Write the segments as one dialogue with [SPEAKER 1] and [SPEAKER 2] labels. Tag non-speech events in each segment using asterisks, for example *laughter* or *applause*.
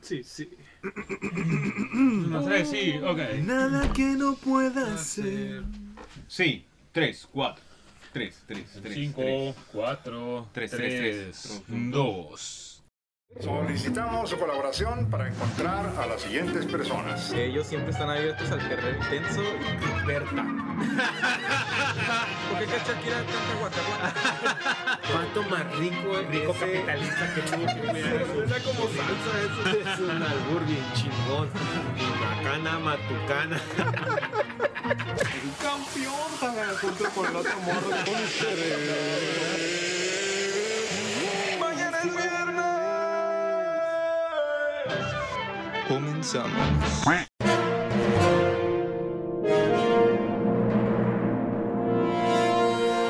[SPEAKER 1] Sí, sí. No sé, sí, ok.
[SPEAKER 2] Nada que no pueda hacer.
[SPEAKER 1] Hacer
[SPEAKER 3] Sí, 3, 4, 3, 3, 3.
[SPEAKER 1] 5, 4, 3,
[SPEAKER 3] Tres, tres,
[SPEAKER 1] 3,
[SPEAKER 3] tres.
[SPEAKER 1] 2.
[SPEAKER 4] Solicitamos su colaboración para encontrar a las siguientes personas.
[SPEAKER 5] Ellos siempre están abiertos al perreo intenso
[SPEAKER 6] *laughs*
[SPEAKER 5] y ¿Por qué Shakira canta
[SPEAKER 6] *laughs*
[SPEAKER 5] guacaguaca?
[SPEAKER 6] Cuánto más rico es
[SPEAKER 7] Rico
[SPEAKER 6] ese-
[SPEAKER 7] capitalista que tuvo que cuidar a su-
[SPEAKER 6] Suena como salsa, eso *laughs* es un albur bien chingón. Y macana, matucana.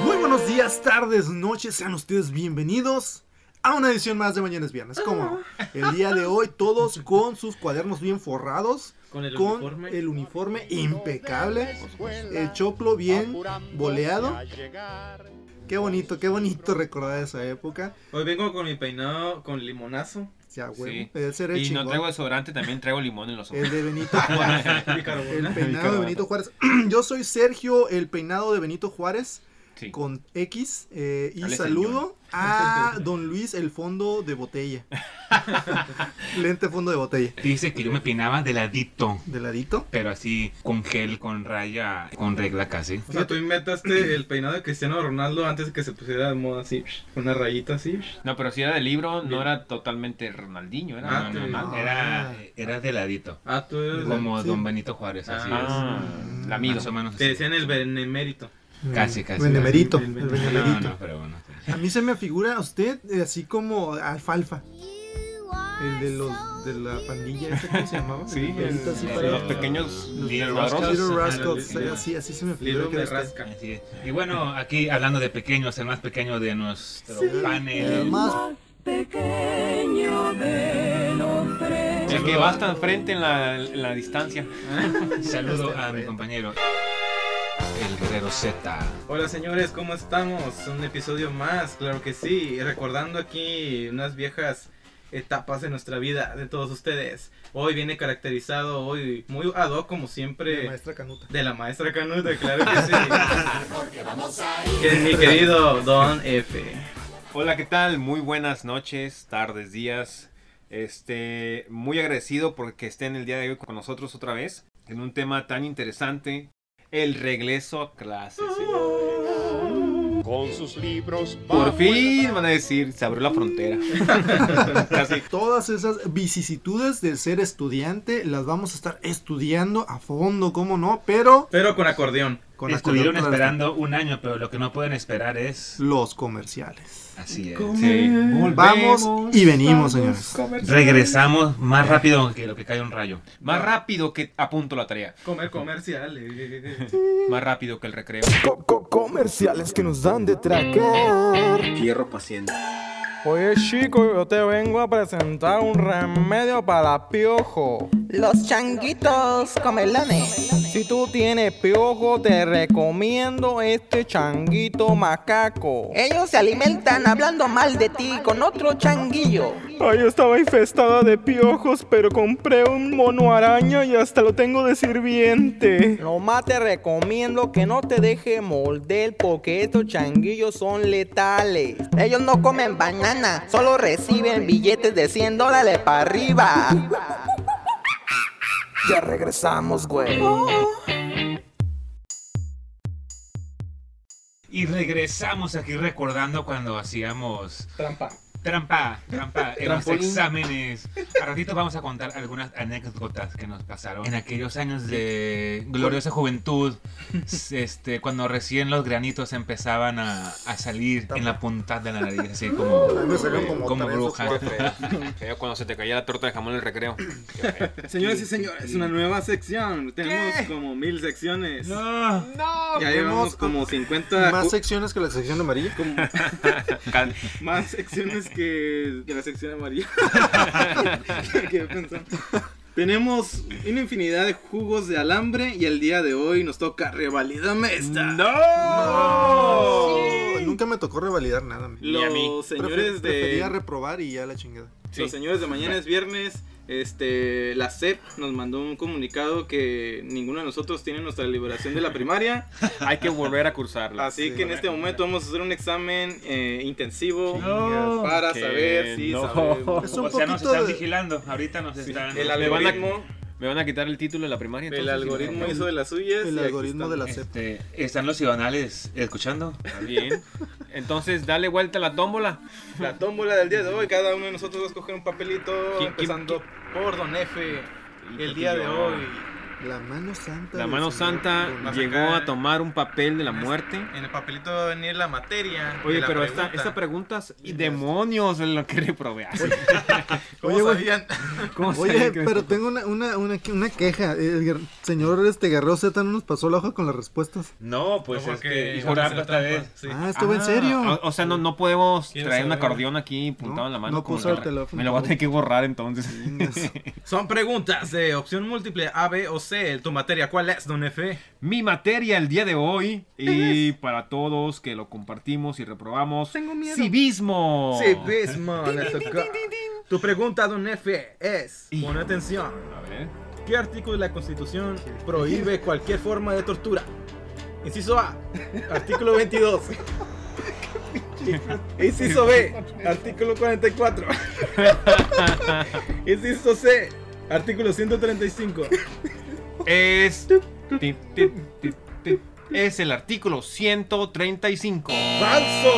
[SPEAKER 2] Muy buenos días, tardes, noches, sean ustedes bienvenidos a una edición más de Mañana es Viernes. ¿Cómo?
[SPEAKER 3] Ah.
[SPEAKER 2] El día de hoy
[SPEAKER 3] *laughs*
[SPEAKER 2] todos con sus cuadernos bien forrados,
[SPEAKER 1] Con el
[SPEAKER 2] con
[SPEAKER 1] uniforme.
[SPEAKER 2] el uniforme impecable, el choclo bien boleado. Qué bonito, qué bonito recordar esa época.
[SPEAKER 5] Hoy vengo con mi peinado con limonazo.
[SPEAKER 2] Ya, güey,
[SPEAKER 3] Sí.
[SPEAKER 2] debe ser el
[SPEAKER 3] Y no
[SPEAKER 2] chingón.
[SPEAKER 5] *laughs*
[SPEAKER 3] traigo desodorante, también traigo limón en los ojos.
[SPEAKER 2] El de
[SPEAKER 3] *laughs*
[SPEAKER 2] Benito Juárez. el
[SPEAKER 5] Bicarbonate.
[SPEAKER 2] peinado de Benito Juárez. *clears throat* Yo soy Sergio, el peinado de Benito Juárez.
[SPEAKER 3] Sí.
[SPEAKER 2] con X eh, y
[SPEAKER 3] Alex
[SPEAKER 2] saludo
[SPEAKER 7] *laughs*
[SPEAKER 2] a don Luis el fondo de botella. Lente fondo de botella.
[SPEAKER 7] Dice que yo me peinaba de ladito.
[SPEAKER 2] De ladito.
[SPEAKER 7] Pero así, con gel, con raya, con regla casi.
[SPEAKER 5] O sea, tú inventaste el peinado de Cristiano Ronaldo antes de que se pusiera de moda así, una rayita así.
[SPEAKER 3] No, pero si era de libro, no era totalmente Ronaldinho, era
[SPEAKER 5] Ah,
[SPEAKER 7] No, no, no,
[SPEAKER 3] Ronaldo.
[SPEAKER 2] Ah.
[SPEAKER 7] Era, era de ladito.
[SPEAKER 5] Ah, tú eres-
[SPEAKER 7] Como
[SPEAKER 2] Sí.
[SPEAKER 7] Don Benito Juárez, así
[SPEAKER 3] Ah,
[SPEAKER 2] es.
[SPEAKER 7] es.
[SPEAKER 3] lamido.
[SPEAKER 7] Más o menos
[SPEAKER 5] Te
[SPEAKER 7] así.
[SPEAKER 5] decían el benemérito.
[SPEAKER 7] Casi, casi.
[SPEAKER 2] Benemerito.
[SPEAKER 5] El
[SPEAKER 2] el
[SPEAKER 7] No,
[SPEAKER 2] benemerito.
[SPEAKER 7] no, pero bueno.
[SPEAKER 2] A mí se me figura a usted eh, así como alfalfa. El de los de la pandilla, ¿ese ¿cómo se llamaba?
[SPEAKER 3] Sí,
[SPEAKER 2] El pelito así
[SPEAKER 3] el-
[SPEAKER 2] para-
[SPEAKER 3] los pequeños
[SPEAKER 2] Los
[SPEAKER 3] Little
[SPEAKER 2] Little
[SPEAKER 3] Rascals.
[SPEAKER 2] Little
[SPEAKER 5] Ah,
[SPEAKER 2] Rascals,
[SPEAKER 5] los-
[SPEAKER 2] así, así se me figura
[SPEAKER 5] Libro
[SPEAKER 2] que este-
[SPEAKER 5] me
[SPEAKER 2] era usted.
[SPEAKER 5] rasca.
[SPEAKER 7] Así es. Y bueno, aquí hablando de pequeños, el más pequeño de nuestro panel.
[SPEAKER 2] El más-
[SPEAKER 3] El que va hasta enfrente en la, en la distancia.
[SPEAKER 7] Saludo a mi compañero, el guerrero Z.
[SPEAKER 5] Hola señores, ¿cómo estamos? Un episodio más, claro que sí. Recordando aquí unas viejas etapas de nuestra vida, de todos ustedes. Hoy viene caracterizado, hoy muy ad hoc como
[SPEAKER 2] La
[SPEAKER 5] siempre,
[SPEAKER 2] maestra Canuta.
[SPEAKER 5] de la maestra Canuta, claro que sí. Que es mi querido Don F.
[SPEAKER 3] Hola, ¿qué tal? Muy buenas noches, tardes, días. Este, muy agradecido porque estén el día de hoy con nosotros otra vez en un tema tan interesante, el regreso a clases.
[SPEAKER 5] Ah.
[SPEAKER 3] señores.
[SPEAKER 4] Con sus libros.
[SPEAKER 3] Por fin van a decir, se abrió la frontera. *laughs* Casi.
[SPEAKER 2] Todas esas vicisitudes de ser estudiante las vamos a estar estudiando a fondo, ¿cómo no? Pero
[SPEAKER 5] Pero con acordeón.
[SPEAKER 2] con las
[SPEAKER 7] Estuvieron
[SPEAKER 2] columnas de-
[SPEAKER 7] esperando un año, pero lo que no pueden esperar es.
[SPEAKER 2] los comerciales.
[SPEAKER 7] Así es.
[SPEAKER 3] Sí.
[SPEAKER 2] Vamos y venimos, señores.
[SPEAKER 7] Regresamos más rápido que lo que cae un rayo.
[SPEAKER 3] Más rápido que apunto la tarea.
[SPEAKER 5] Comer comercial. eh.
[SPEAKER 3] Más rápido que el recreo.
[SPEAKER 8] comerciales que nos dan de tragar.
[SPEAKER 3] Hierro paciente.
[SPEAKER 8] Oye chico, yo te vengo a presentar un remedio para piojo.
[SPEAKER 9] Los changuitos comelones.
[SPEAKER 8] Si tú tienes piojo, te recomiendo este changuito macaco.
[SPEAKER 9] Ellos se alimentan hablando mal de ti con otro changuillo.
[SPEAKER 8] Ay, yo estaba infestada de piojos, pero compré un mono araña y hasta lo tengo de sirviente. Nomás te recomiendo que no te deje molder porque estos changuillos son letales.
[SPEAKER 9] Ellos no comen banana, solo reciben billetes de 100 dólares para arriba.
[SPEAKER 8] Ya regresamos, güey.
[SPEAKER 7] Y regresamos aquí recordando cuando hacíamos
[SPEAKER 5] Trampa.
[SPEAKER 7] trampa, trampa en los
[SPEAKER 3] Trampolín.
[SPEAKER 7] exámenes. A ratito vamos a contar algunas anécdotas que nos pasaron en aquellos años de gloriosa juventud, s- este, cuando recién los granitos empezaban a, a salir en la punta de la nariz, así como,
[SPEAKER 2] Ah, me salieron como
[SPEAKER 7] como
[SPEAKER 2] tres o
[SPEAKER 7] bruja. *laughs*
[SPEAKER 2] cuatro.
[SPEAKER 3] Feo cuando se te caía la torta de jamón en el recreo. Qué feo.
[SPEAKER 5] Señoras y señores, una nueva sección. Tenemos como mil secciones.
[SPEAKER 7] No.
[SPEAKER 5] ya
[SPEAKER 2] llevamos
[SPEAKER 5] llevamos como 50
[SPEAKER 2] *laughs* Más
[SPEAKER 5] ju-
[SPEAKER 2] secciones que la sección amarilla.
[SPEAKER 3] *laughs* Cal-
[SPEAKER 5] *laughs* Más secciones que, que la sección
[SPEAKER 3] *laughs*
[SPEAKER 5] amarilla. Que pensar. Tenemos una infinidad de jugos de alambre y el día de hoy nos toca revalidame esta.
[SPEAKER 3] ¡No!
[SPEAKER 2] Nunca me tocó revalidar nada. men.
[SPEAKER 3] Ni a mí.
[SPEAKER 5] Los señores
[SPEAKER 2] Prefer- Prefería
[SPEAKER 5] de
[SPEAKER 2] reprobar y ya la chingada.
[SPEAKER 5] los señores de mañana es viernes Este, la SEP nos mandó un comunicado que ninguno de nosotros tiene nuestra liberación de la primaria.
[SPEAKER 3] Hay que volver a cursarla.
[SPEAKER 5] Así que en este momento vamos a hacer un examen eh, intensivo
[SPEAKER 7] No.
[SPEAKER 5] para
[SPEAKER 3] Que
[SPEAKER 5] saber si
[SPEAKER 3] no.
[SPEAKER 5] sabemos.
[SPEAKER 2] Es
[SPEAKER 7] O
[SPEAKER 2] un
[SPEAKER 7] sea, nos
[SPEAKER 2] poquito
[SPEAKER 7] están
[SPEAKER 2] de-
[SPEAKER 7] vigilando. Ahorita nos están.
[SPEAKER 5] El
[SPEAKER 3] Me van a-
[SPEAKER 5] algoritmo,
[SPEAKER 3] Me van a quitar el título de la primaria.
[SPEAKER 5] el algoritmo hizo de las suyas. y
[SPEAKER 2] El
[SPEAKER 5] aquí
[SPEAKER 2] algoritmo de la CEP.
[SPEAKER 7] Este, están los ciudadanos escuchando.
[SPEAKER 3] ah, Bien. Entonces, dale vuelta a la tómbola.
[SPEAKER 5] La tómbola del día de hoy, cada uno de nosotros va a escoger un papelito,
[SPEAKER 3] ¿Quién- quién-
[SPEAKER 5] empezando por Don F. El día de hoy,
[SPEAKER 2] La mano santa.
[SPEAKER 3] La
[SPEAKER 2] del
[SPEAKER 3] mano
[SPEAKER 2] señor
[SPEAKER 3] santa
[SPEAKER 2] Don-
[SPEAKER 5] Más
[SPEAKER 3] llegó
[SPEAKER 5] acá,
[SPEAKER 3] a tomar un papel de la muerte.
[SPEAKER 5] en el papelito va a venir la materia. y
[SPEAKER 3] Oye,
[SPEAKER 5] la
[SPEAKER 3] pero esta,
[SPEAKER 5] pregunta.
[SPEAKER 3] esta pregunta es- y demonios es lo que *laughs* reprobé.
[SPEAKER 5] ¿Cómo
[SPEAKER 2] Oye, güey.
[SPEAKER 5] sabían?
[SPEAKER 3] ¿Cómo
[SPEAKER 2] Oye,
[SPEAKER 3] saben que-
[SPEAKER 2] pero tengo una, una, una, una queja. El guer- señor este Guerrero Z no nos pasó la hoja con las respuestas.
[SPEAKER 7] No, pues
[SPEAKER 5] No,
[SPEAKER 7] es
[SPEAKER 5] porque
[SPEAKER 7] que hizo
[SPEAKER 5] ahora
[SPEAKER 7] trampa
[SPEAKER 5] se
[SPEAKER 7] esta
[SPEAKER 5] la
[SPEAKER 7] vez.
[SPEAKER 5] trampa, sí.
[SPEAKER 2] Ah, estuvo en
[SPEAKER 3] Ah,
[SPEAKER 2] serio.
[SPEAKER 3] O, o sea, no, no podemos
[SPEAKER 5] ¿Quién
[SPEAKER 3] traer un
[SPEAKER 5] sabe?
[SPEAKER 3] acordeón aquí apuntado
[SPEAKER 2] No,
[SPEAKER 3] en la mano.
[SPEAKER 2] no
[SPEAKER 3] como
[SPEAKER 2] puso
[SPEAKER 3] que
[SPEAKER 2] el teléfono.
[SPEAKER 3] Me lo voy a tener que borrar entonces.
[SPEAKER 5] Son preguntas de opción múltiple A, B o C. ¿Tu materia cuál es, Don F?
[SPEAKER 3] *laughs* Mi materia el día de hoy. Y para todos que lo compartimos y reprobamos.
[SPEAKER 5] Tengo miedo.
[SPEAKER 3] Civismo.
[SPEAKER 5] Civismo, le tocó. Tu pregunta, Don F, es:
[SPEAKER 3] Y-
[SPEAKER 5] pon atención.
[SPEAKER 3] A ver.
[SPEAKER 5] ¿Qué artículo de la Constitución prohíbe cualquier forma de tortura? Inciso A, artículo 22. *laughs* Inciso B, artículo 44. Inciso C, artículo 135.
[SPEAKER 3] Es. ti, ti, ti, ti. Es el artículo 135.
[SPEAKER 5] ¡Falso!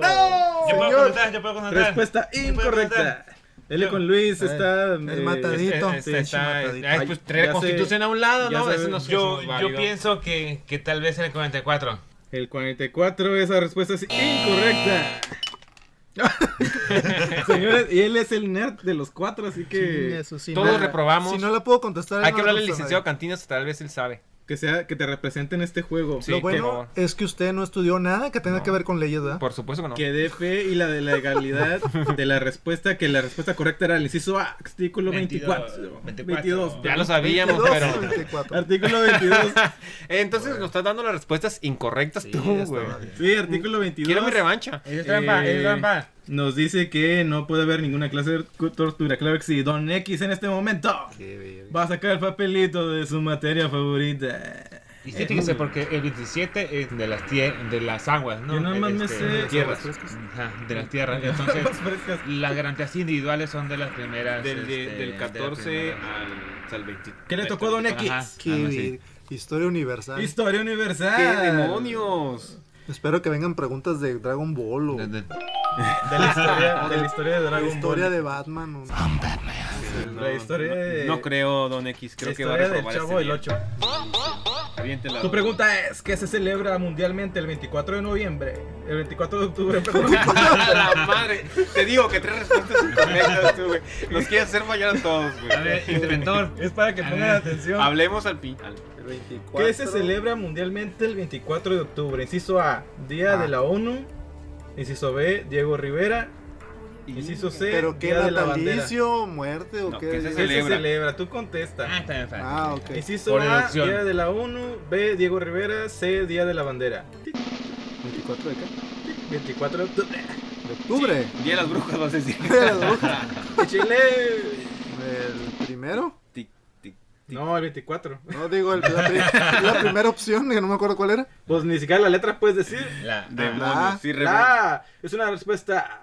[SPEAKER 7] Yo puedo
[SPEAKER 5] Señor,
[SPEAKER 7] contar, yo puedo contar.
[SPEAKER 5] Respuesta incorrecta. L con Luis está.
[SPEAKER 2] El
[SPEAKER 5] eh,
[SPEAKER 2] matadito.
[SPEAKER 5] este,
[SPEAKER 2] Este-
[SPEAKER 3] Este está.
[SPEAKER 2] Ay,
[SPEAKER 3] ay, pues trae
[SPEAKER 5] ya
[SPEAKER 3] la
[SPEAKER 5] sé,
[SPEAKER 3] constitución a un lado,
[SPEAKER 5] ya
[SPEAKER 3] ¿no?
[SPEAKER 5] sé.
[SPEAKER 3] Eso no es-
[SPEAKER 7] Yo,
[SPEAKER 3] es
[SPEAKER 7] yo
[SPEAKER 3] válido.
[SPEAKER 7] pienso que, que Eh, tal vez en el 44.
[SPEAKER 5] El 44, esa respuesta es incorrecta. Señores, y él es el nerd de los cuatro, así
[SPEAKER 2] Chingue
[SPEAKER 5] que
[SPEAKER 2] su- si
[SPEAKER 3] Todos
[SPEAKER 2] no-
[SPEAKER 3] reprobamos.
[SPEAKER 2] Si no la puedo contestar,
[SPEAKER 3] Hay
[SPEAKER 2] no
[SPEAKER 3] que
[SPEAKER 2] la
[SPEAKER 3] hablarle al
[SPEAKER 2] gusta a
[SPEAKER 3] licenciado
[SPEAKER 2] nadie.
[SPEAKER 3] Cantinas, tal vez él sabe.
[SPEAKER 5] que sea que te represente en este juego.
[SPEAKER 3] Sí,
[SPEAKER 2] Lo
[SPEAKER 3] por
[SPEAKER 2] bueno
[SPEAKER 3] favor.
[SPEAKER 2] es que usted no estudió nada que tenga
[SPEAKER 3] No.
[SPEAKER 2] que ver con leyes, ¿verdad?
[SPEAKER 3] Por supuesto que no.
[SPEAKER 5] Quedé fe y la de la legalidad de la respuesta, que la respuesta correcta era el inciso A, artículo 24. 22.
[SPEAKER 7] 22.
[SPEAKER 3] Ya lo sabíamos,
[SPEAKER 2] 22
[SPEAKER 3] pero.
[SPEAKER 2] o 24.
[SPEAKER 5] Artículo 22.
[SPEAKER 3] Entonces nos estás dando las respuestas incorrectas tú, güey.
[SPEAKER 5] Sí, artículo 22.
[SPEAKER 3] Quiero mi revancha.
[SPEAKER 7] Es
[SPEAKER 5] trampa,
[SPEAKER 7] Eh,
[SPEAKER 5] es trampa. Nos dice que no puede haber ninguna clase de tortura. Claro que sí, Don X en este momento va a sacar el papelito de su materia favorita.
[SPEAKER 7] Y sí,
[SPEAKER 3] Mm.
[SPEAKER 7] fíjese, porque el 27 es de las, tie- de las aguas, ¿no?
[SPEAKER 5] Yo nada más me
[SPEAKER 7] Este,
[SPEAKER 5] sé-
[SPEAKER 7] de las tierras.
[SPEAKER 5] Aguas
[SPEAKER 7] Ajá, de las tierras.
[SPEAKER 5] *laughs*
[SPEAKER 7] Entonces,
[SPEAKER 5] Aguas frescas.
[SPEAKER 7] las garantías individuales son de las primeras.
[SPEAKER 3] Del, de-
[SPEAKER 7] este,
[SPEAKER 3] del
[SPEAKER 7] de
[SPEAKER 3] 14
[SPEAKER 7] las primeras.
[SPEAKER 3] al, hasta el 20.
[SPEAKER 5] ¿Qué le tocó a Don X?
[SPEAKER 7] Ajá.
[SPEAKER 2] Qué
[SPEAKER 7] algo así.
[SPEAKER 2] vir- Historia universal.
[SPEAKER 5] Historia universal.
[SPEAKER 3] ¡Qué demonios!
[SPEAKER 2] Espero que vengan preguntas de Dragon Ball o
[SPEAKER 7] De- de-
[SPEAKER 5] De la historia de, la historia de Dragon
[SPEAKER 2] historia
[SPEAKER 5] Ball.
[SPEAKER 2] de Batman. O...
[SPEAKER 3] No,
[SPEAKER 5] La historia de-
[SPEAKER 3] no, no creo, Don X. Creo
[SPEAKER 5] la
[SPEAKER 3] que va a
[SPEAKER 5] historia del
[SPEAKER 3] reprobar
[SPEAKER 5] Chavo del 8. Tu pregunta es, ¿qué se celebra mundialmente el 24 de noviembre? El 24 de octubre, perdón.
[SPEAKER 3] *laughs* ¡A la madre! Te digo que tres respuestas incorrectas, tú, güey. Nos quieres hacer fallar a todos, güey.
[SPEAKER 7] A ver, interventor.
[SPEAKER 5] *laughs* es para que
[SPEAKER 7] A
[SPEAKER 5] pongan
[SPEAKER 7] ver.
[SPEAKER 5] atención.
[SPEAKER 3] Hablemos al pin. al-
[SPEAKER 5] ¿Qué se celebra mundialmente el 24 de octubre? Inciso A, Día de la ONU. Inciso B, Diego Rivera. Inciso C,
[SPEAKER 2] Pero qué
[SPEAKER 5] Día de la bandera. ¿Qué
[SPEAKER 2] natalicio, muerte o
[SPEAKER 3] No,
[SPEAKER 2] qué.
[SPEAKER 3] que
[SPEAKER 5] se
[SPEAKER 3] ese es
[SPEAKER 2] dice?
[SPEAKER 3] el-
[SPEAKER 5] celebra?
[SPEAKER 3] Celebra.
[SPEAKER 5] Tú contesta.
[SPEAKER 7] Ah, está bien fácil.
[SPEAKER 2] Ah, ok.
[SPEAKER 5] Inciso
[SPEAKER 7] Por
[SPEAKER 5] A,
[SPEAKER 7] deducción.
[SPEAKER 5] Día de la ONU. B, Diego Rivera. C, Día de la bandera.
[SPEAKER 2] 24 de, qué?
[SPEAKER 5] 24 de octubre. *laughs*
[SPEAKER 2] de octubre.
[SPEAKER 3] Día de las brujas, vas a decir.
[SPEAKER 2] *laughs*
[SPEAKER 5] Ah, Chile.
[SPEAKER 2] ¿El primero?
[SPEAKER 3] Tic, tic.
[SPEAKER 5] No, el 24.
[SPEAKER 2] No, digo, el- la, pri- la primera opción, que no me acuerdo cuál era.
[SPEAKER 5] Pues ni siquiera la letra puedes decir.
[SPEAKER 7] La-
[SPEAKER 3] Demonios.
[SPEAKER 5] ah,
[SPEAKER 2] la-
[SPEAKER 3] sí, re-
[SPEAKER 5] La es una respuesta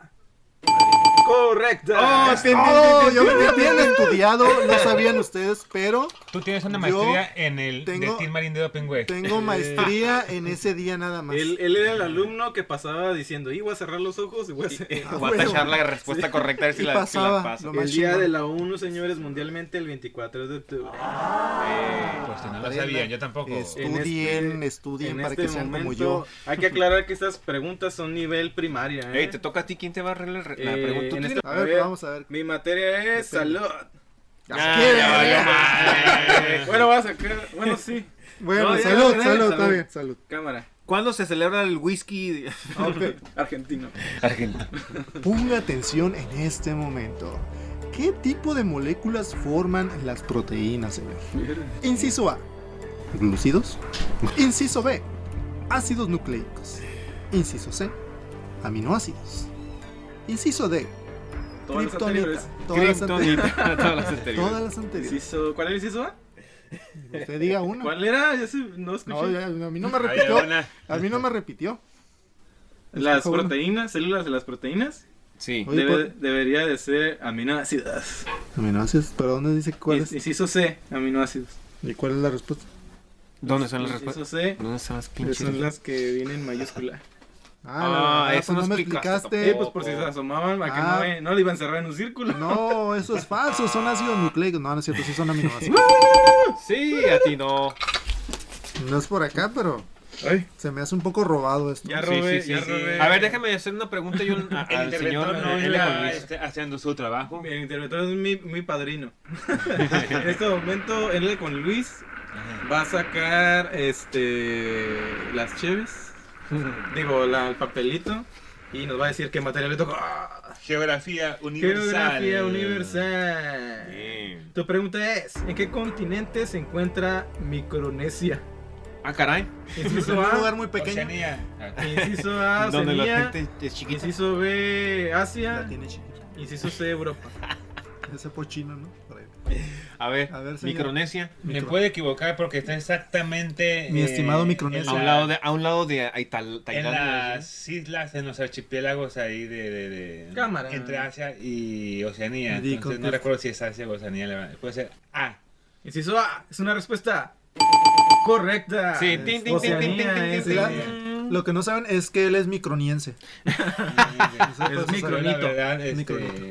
[SPEAKER 5] correcta.
[SPEAKER 3] ¡Oh, tin, tin, tin,
[SPEAKER 2] No,
[SPEAKER 3] tin,
[SPEAKER 2] yo
[SPEAKER 3] tin!
[SPEAKER 2] me habían estudiado, no sabían ustedes, pero
[SPEAKER 7] Tú tienes una
[SPEAKER 2] Yo
[SPEAKER 7] maestría en el
[SPEAKER 2] tengo-
[SPEAKER 7] de Team Marine de Doping, güey.
[SPEAKER 2] tengo maestría en ese día nada más.
[SPEAKER 5] Él, él era el alumno que pasaba diciendo, y voy a cerrar los ojos y voy a hacer-".
[SPEAKER 3] Voy a tachar la respuesta correcta a ver si
[SPEAKER 2] Ah, Y
[SPEAKER 3] la, si la
[SPEAKER 2] pasaba.
[SPEAKER 3] paso.
[SPEAKER 2] Lo
[SPEAKER 5] El
[SPEAKER 2] más
[SPEAKER 5] día
[SPEAKER 2] chingón.
[SPEAKER 5] de la ONU, señores, mundialmente el 24 de octubre.
[SPEAKER 7] Pues no lo sabía, yo tampoco.
[SPEAKER 5] En
[SPEAKER 2] Estudien, estudien
[SPEAKER 5] en
[SPEAKER 2] para
[SPEAKER 5] este
[SPEAKER 2] que sean como
[SPEAKER 5] momento,
[SPEAKER 2] yo.
[SPEAKER 5] Hay que aclarar que estas preguntas son nivel primaria. ¿eh?
[SPEAKER 3] Ey, te toca a ti. ¿Quién te va a arreglar la
[SPEAKER 5] Eh,
[SPEAKER 3] pregunta? ¿Tú
[SPEAKER 5] en
[SPEAKER 3] tienes-
[SPEAKER 5] este-
[SPEAKER 2] A ver, vamos a ver.
[SPEAKER 5] Mi materia es salud.
[SPEAKER 3] Ah,
[SPEAKER 2] ¿Qué?
[SPEAKER 3] ya valió madre.
[SPEAKER 5] Bueno, vas a sacar. Bueno, sí.
[SPEAKER 2] Bueno,
[SPEAKER 5] No, ya,
[SPEAKER 2] salud,
[SPEAKER 5] ya,
[SPEAKER 2] salud,
[SPEAKER 5] salud.
[SPEAKER 2] está bien, salud.
[SPEAKER 5] Cámara.
[SPEAKER 3] ¿Cuándo se celebra el whisky de-
[SPEAKER 5] Argentino.
[SPEAKER 3] Argentina?
[SPEAKER 2] Ponga atención en este momento. ¿Qué tipo de moléculas forman las proteínas, señor? Inciso A. Glucidos.
[SPEAKER 5] *laughs*
[SPEAKER 2] Inciso B. Ácidos nucleicos. Inciso C. Aminoácidos. Inciso D.
[SPEAKER 5] Todas las
[SPEAKER 2] Kryptonita,
[SPEAKER 5] anteriores.
[SPEAKER 2] Todas las anteriores.
[SPEAKER 3] Kryptonita, *laughs* todas las
[SPEAKER 2] Todas
[SPEAKER 3] anteriores.
[SPEAKER 2] las anteriores.
[SPEAKER 5] Inciso- ¿Cuál era el inciso A?
[SPEAKER 2] Usted diga una.
[SPEAKER 5] ¿Cuál era? Ya se- no escuché.
[SPEAKER 2] No, ya, a mí no me
[SPEAKER 7] Había
[SPEAKER 2] repitió.
[SPEAKER 7] una-
[SPEAKER 2] A mí no me repitió.
[SPEAKER 5] Las
[SPEAKER 2] Escoja una.
[SPEAKER 5] proteínas, células de las proteínas,
[SPEAKER 3] Sí.
[SPEAKER 2] Oye,
[SPEAKER 5] debe-
[SPEAKER 2] por-
[SPEAKER 5] debería de ser aminoácidos.
[SPEAKER 2] Aminoácidos, ¿pero dónde dice cuál es?
[SPEAKER 5] Inc- Inciso C, aminoácidos.
[SPEAKER 2] ¿Y cuál es la respuesta?
[SPEAKER 3] ¿Dónde están las
[SPEAKER 5] Inciso
[SPEAKER 3] respuestas?
[SPEAKER 5] C,
[SPEAKER 3] ¿Dónde están las pinches?
[SPEAKER 5] son las que vienen en mayúscula.
[SPEAKER 2] Ah, la-
[SPEAKER 3] Ah,
[SPEAKER 2] la-
[SPEAKER 3] eso
[SPEAKER 2] pues
[SPEAKER 3] no
[SPEAKER 2] me
[SPEAKER 3] explicaste
[SPEAKER 5] Eh,
[SPEAKER 2] explicaste.
[SPEAKER 5] pues por si se asomaban, a que
[SPEAKER 2] Ah.
[SPEAKER 5] no, eh, no le iban a cerrar en un círculo.
[SPEAKER 2] No, eso es falso, son ácidos nucleicos. No, no es cierto, sí son aminoácidos.
[SPEAKER 3] Sí, a ti no.
[SPEAKER 2] *laughs* No es por acá, pero
[SPEAKER 5] Ay,
[SPEAKER 2] se me hace un poco robado esto.
[SPEAKER 5] ya
[SPEAKER 3] Sí,
[SPEAKER 5] robé,
[SPEAKER 3] sí, sí,
[SPEAKER 5] ya
[SPEAKER 3] sí.
[SPEAKER 5] robé.
[SPEAKER 3] A ver, déjame hacer una pregunta yo a-
[SPEAKER 7] *laughs* El
[SPEAKER 3] Ah, al señor
[SPEAKER 7] interventor no
[SPEAKER 3] eh, L.
[SPEAKER 7] está
[SPEAKER 3] Convís.
[SPEAKER 7] este, haciendo su trabajo.
[SPEAKER 5] El interventor es mi, mi
[SPEAKER 3] *laughs*
[SPEAKER 5] padrino. en este momento, él con Luis va a sacar este las cheves. Digo, la- el papelito. Y nos va a decir qué material le tocó. ¡Ah!
[SPEAKER 7] Geografía universal.
[SPEAKER 5] Geografía universal. Tu pregunta es, ¿en qué continente se encuentra Micronesia?
[SPEAKER 3] Ah, caray.
[SPEAKER 2] Es un
[SPEAKER 5] Inciso
[SPEAKER 2] lugar
[SPEAKER 3] *laughs*
[SPEAKER 5] A,
[SPEAKER 2] muy pequeño.
[SPEAKER 7] Oceanía.
[SPEAKER 5] inciso A,
[SPEAKER 3] Donde la
[SPEAKER 5] Oceanía,
[SPEAKER 3] gente es chiquita.
[SPEAKER 5] inciso B,
[SPEAKER 2] La
[SPEAKER 5] Asia,
[SPEAKER 2] tiene chiquita.
[SPEAKER 5] inciso C, Europa.
[SPEAKER 2] Ese pochino, ¿no? Por ahí.
[SPEAKER 3] A ver,
[SPEAKER 2] A ver, señor.
[SPEAKER 3] Micronesia.
[SPEAKER 7] Me
[SPEAKER 2] Micro-
[SPEAKER 7] puede equivocar porque está exactamente. eh,
[SPEAKER 2] Mi estimado Micronesia.
[SPEAKER 3] A un lado de, a un lado de ahí, Tal-
[SPEAKER 7] este, En
[SPEAKER 3] Tailandia. ¿sí?
[SPEAKER 7] las islas, en los archipiélagos ahí de. de, de-
[SPEAKER 5] Cámara.
[SPEAKER 7] Entre Asia y Oceanía.
[SPEAKER 2] Di
[SPEAKER 7] Entonces no
[SPEAKER 2] contexto.
[SPEAKER 7] recuerdo si es Asia o Oceanía. la verdad. Puede ser *laughs*
[SPEAKER 2] Ah,
[SPEAKER 7] A.
[SPEAKER 5] Inciso A, es una respuesta correcta.
[SPEAKER 3] Sí, tin, tin, tin,
[SPEAKER 5] Oceanía
[SPEAKER 3] tin, tin, tin,
[SPEAKER 5] es
[SPEAKER 3] tin,
[SPEAKER 5] la-
[SPEAKER 3] tin.
[SPEAKER 2] Lo que no saben es que él es microniense.
[SPEAKER 5] Es
[SPEAKER 7] Yo, la
[SPEAKER 5] micronito.
[SPEAKER 7] verdad, este,
[SPEAKER 2] Micronito.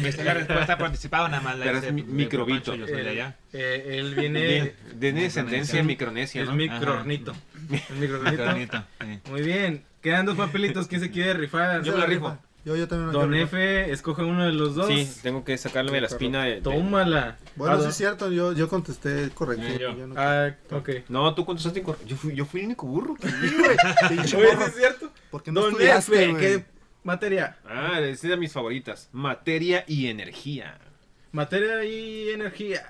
[SPEAKER 7] Me está la respuesta participada, nada más la
[SPEAKER 3] Pero
[SPEAKER 7] hice
[SPEAKER 3] es mi-
[SPEAKER 7] de
[SPEAKER 3] microbito.
[SPEAKER 7] Pancho, Yo soy de allá.
[SPEAKER 5] Eh, él
[SPEAKER 3] De
[SPEAKER 5] viene
[SPEAKER 3] de descendencia micronesia,
[SPEAKER 5] es
[SPEAKER 3] ¿no?
[SPEAKER 5] micronito. Es micronito.
[SPEAKER 7] Micronito, sí.
[SPEAKER 5] Muy bien, quedan dos papelitos, ¿quién se quiere rifar?
[SPEAKER 3] Yo me la rifo.
[SPEAKER 2] Yo, yo también me la
[SPEAKER 5] Don
[SPEAKER 2] rifo.
[SPEAKER 5] F, escoge uno de los dos.
[SPEAKER 3] Sí, tengo que sacarme la espina de. de-
[SPEAKER 5] Tómala.
[SPEAKER 2] Bueno,
[SPEAKER 5] Ah,
[SPEAKER 2] sí
[SPEAKER 5] no.
[SPEAKER 2] es cierto, yo, yo contesté correcto.
[SPEAKER 7] Eh, yo.
[SPEAKER 2] yo no-
[SPEAKER 5] Ah, ok.
[SPEAKER 3] No, tú contestaste incorrecto. Yo fui, yo fui el único burro.
[SPEAKER 2] Pinche
[SPEAKER 5] Oye,
[SPEAKER 2] morro,
[SPEAKER 5] ¿sí es *laughs* cierto?
[SPEAKER 2] ¿Por qué no
[SPEAKER 5] Don
[SPEAKER 2] estudiaste,
[SPEAKER 5] F,
[SPEAKER 2] güey?
[SPEAKER 5] ¿qué materia?
[SPEAKER 3] Ah, es de mis favoritas. Materia y energía.
[SPEAKER 5] Materia y energía.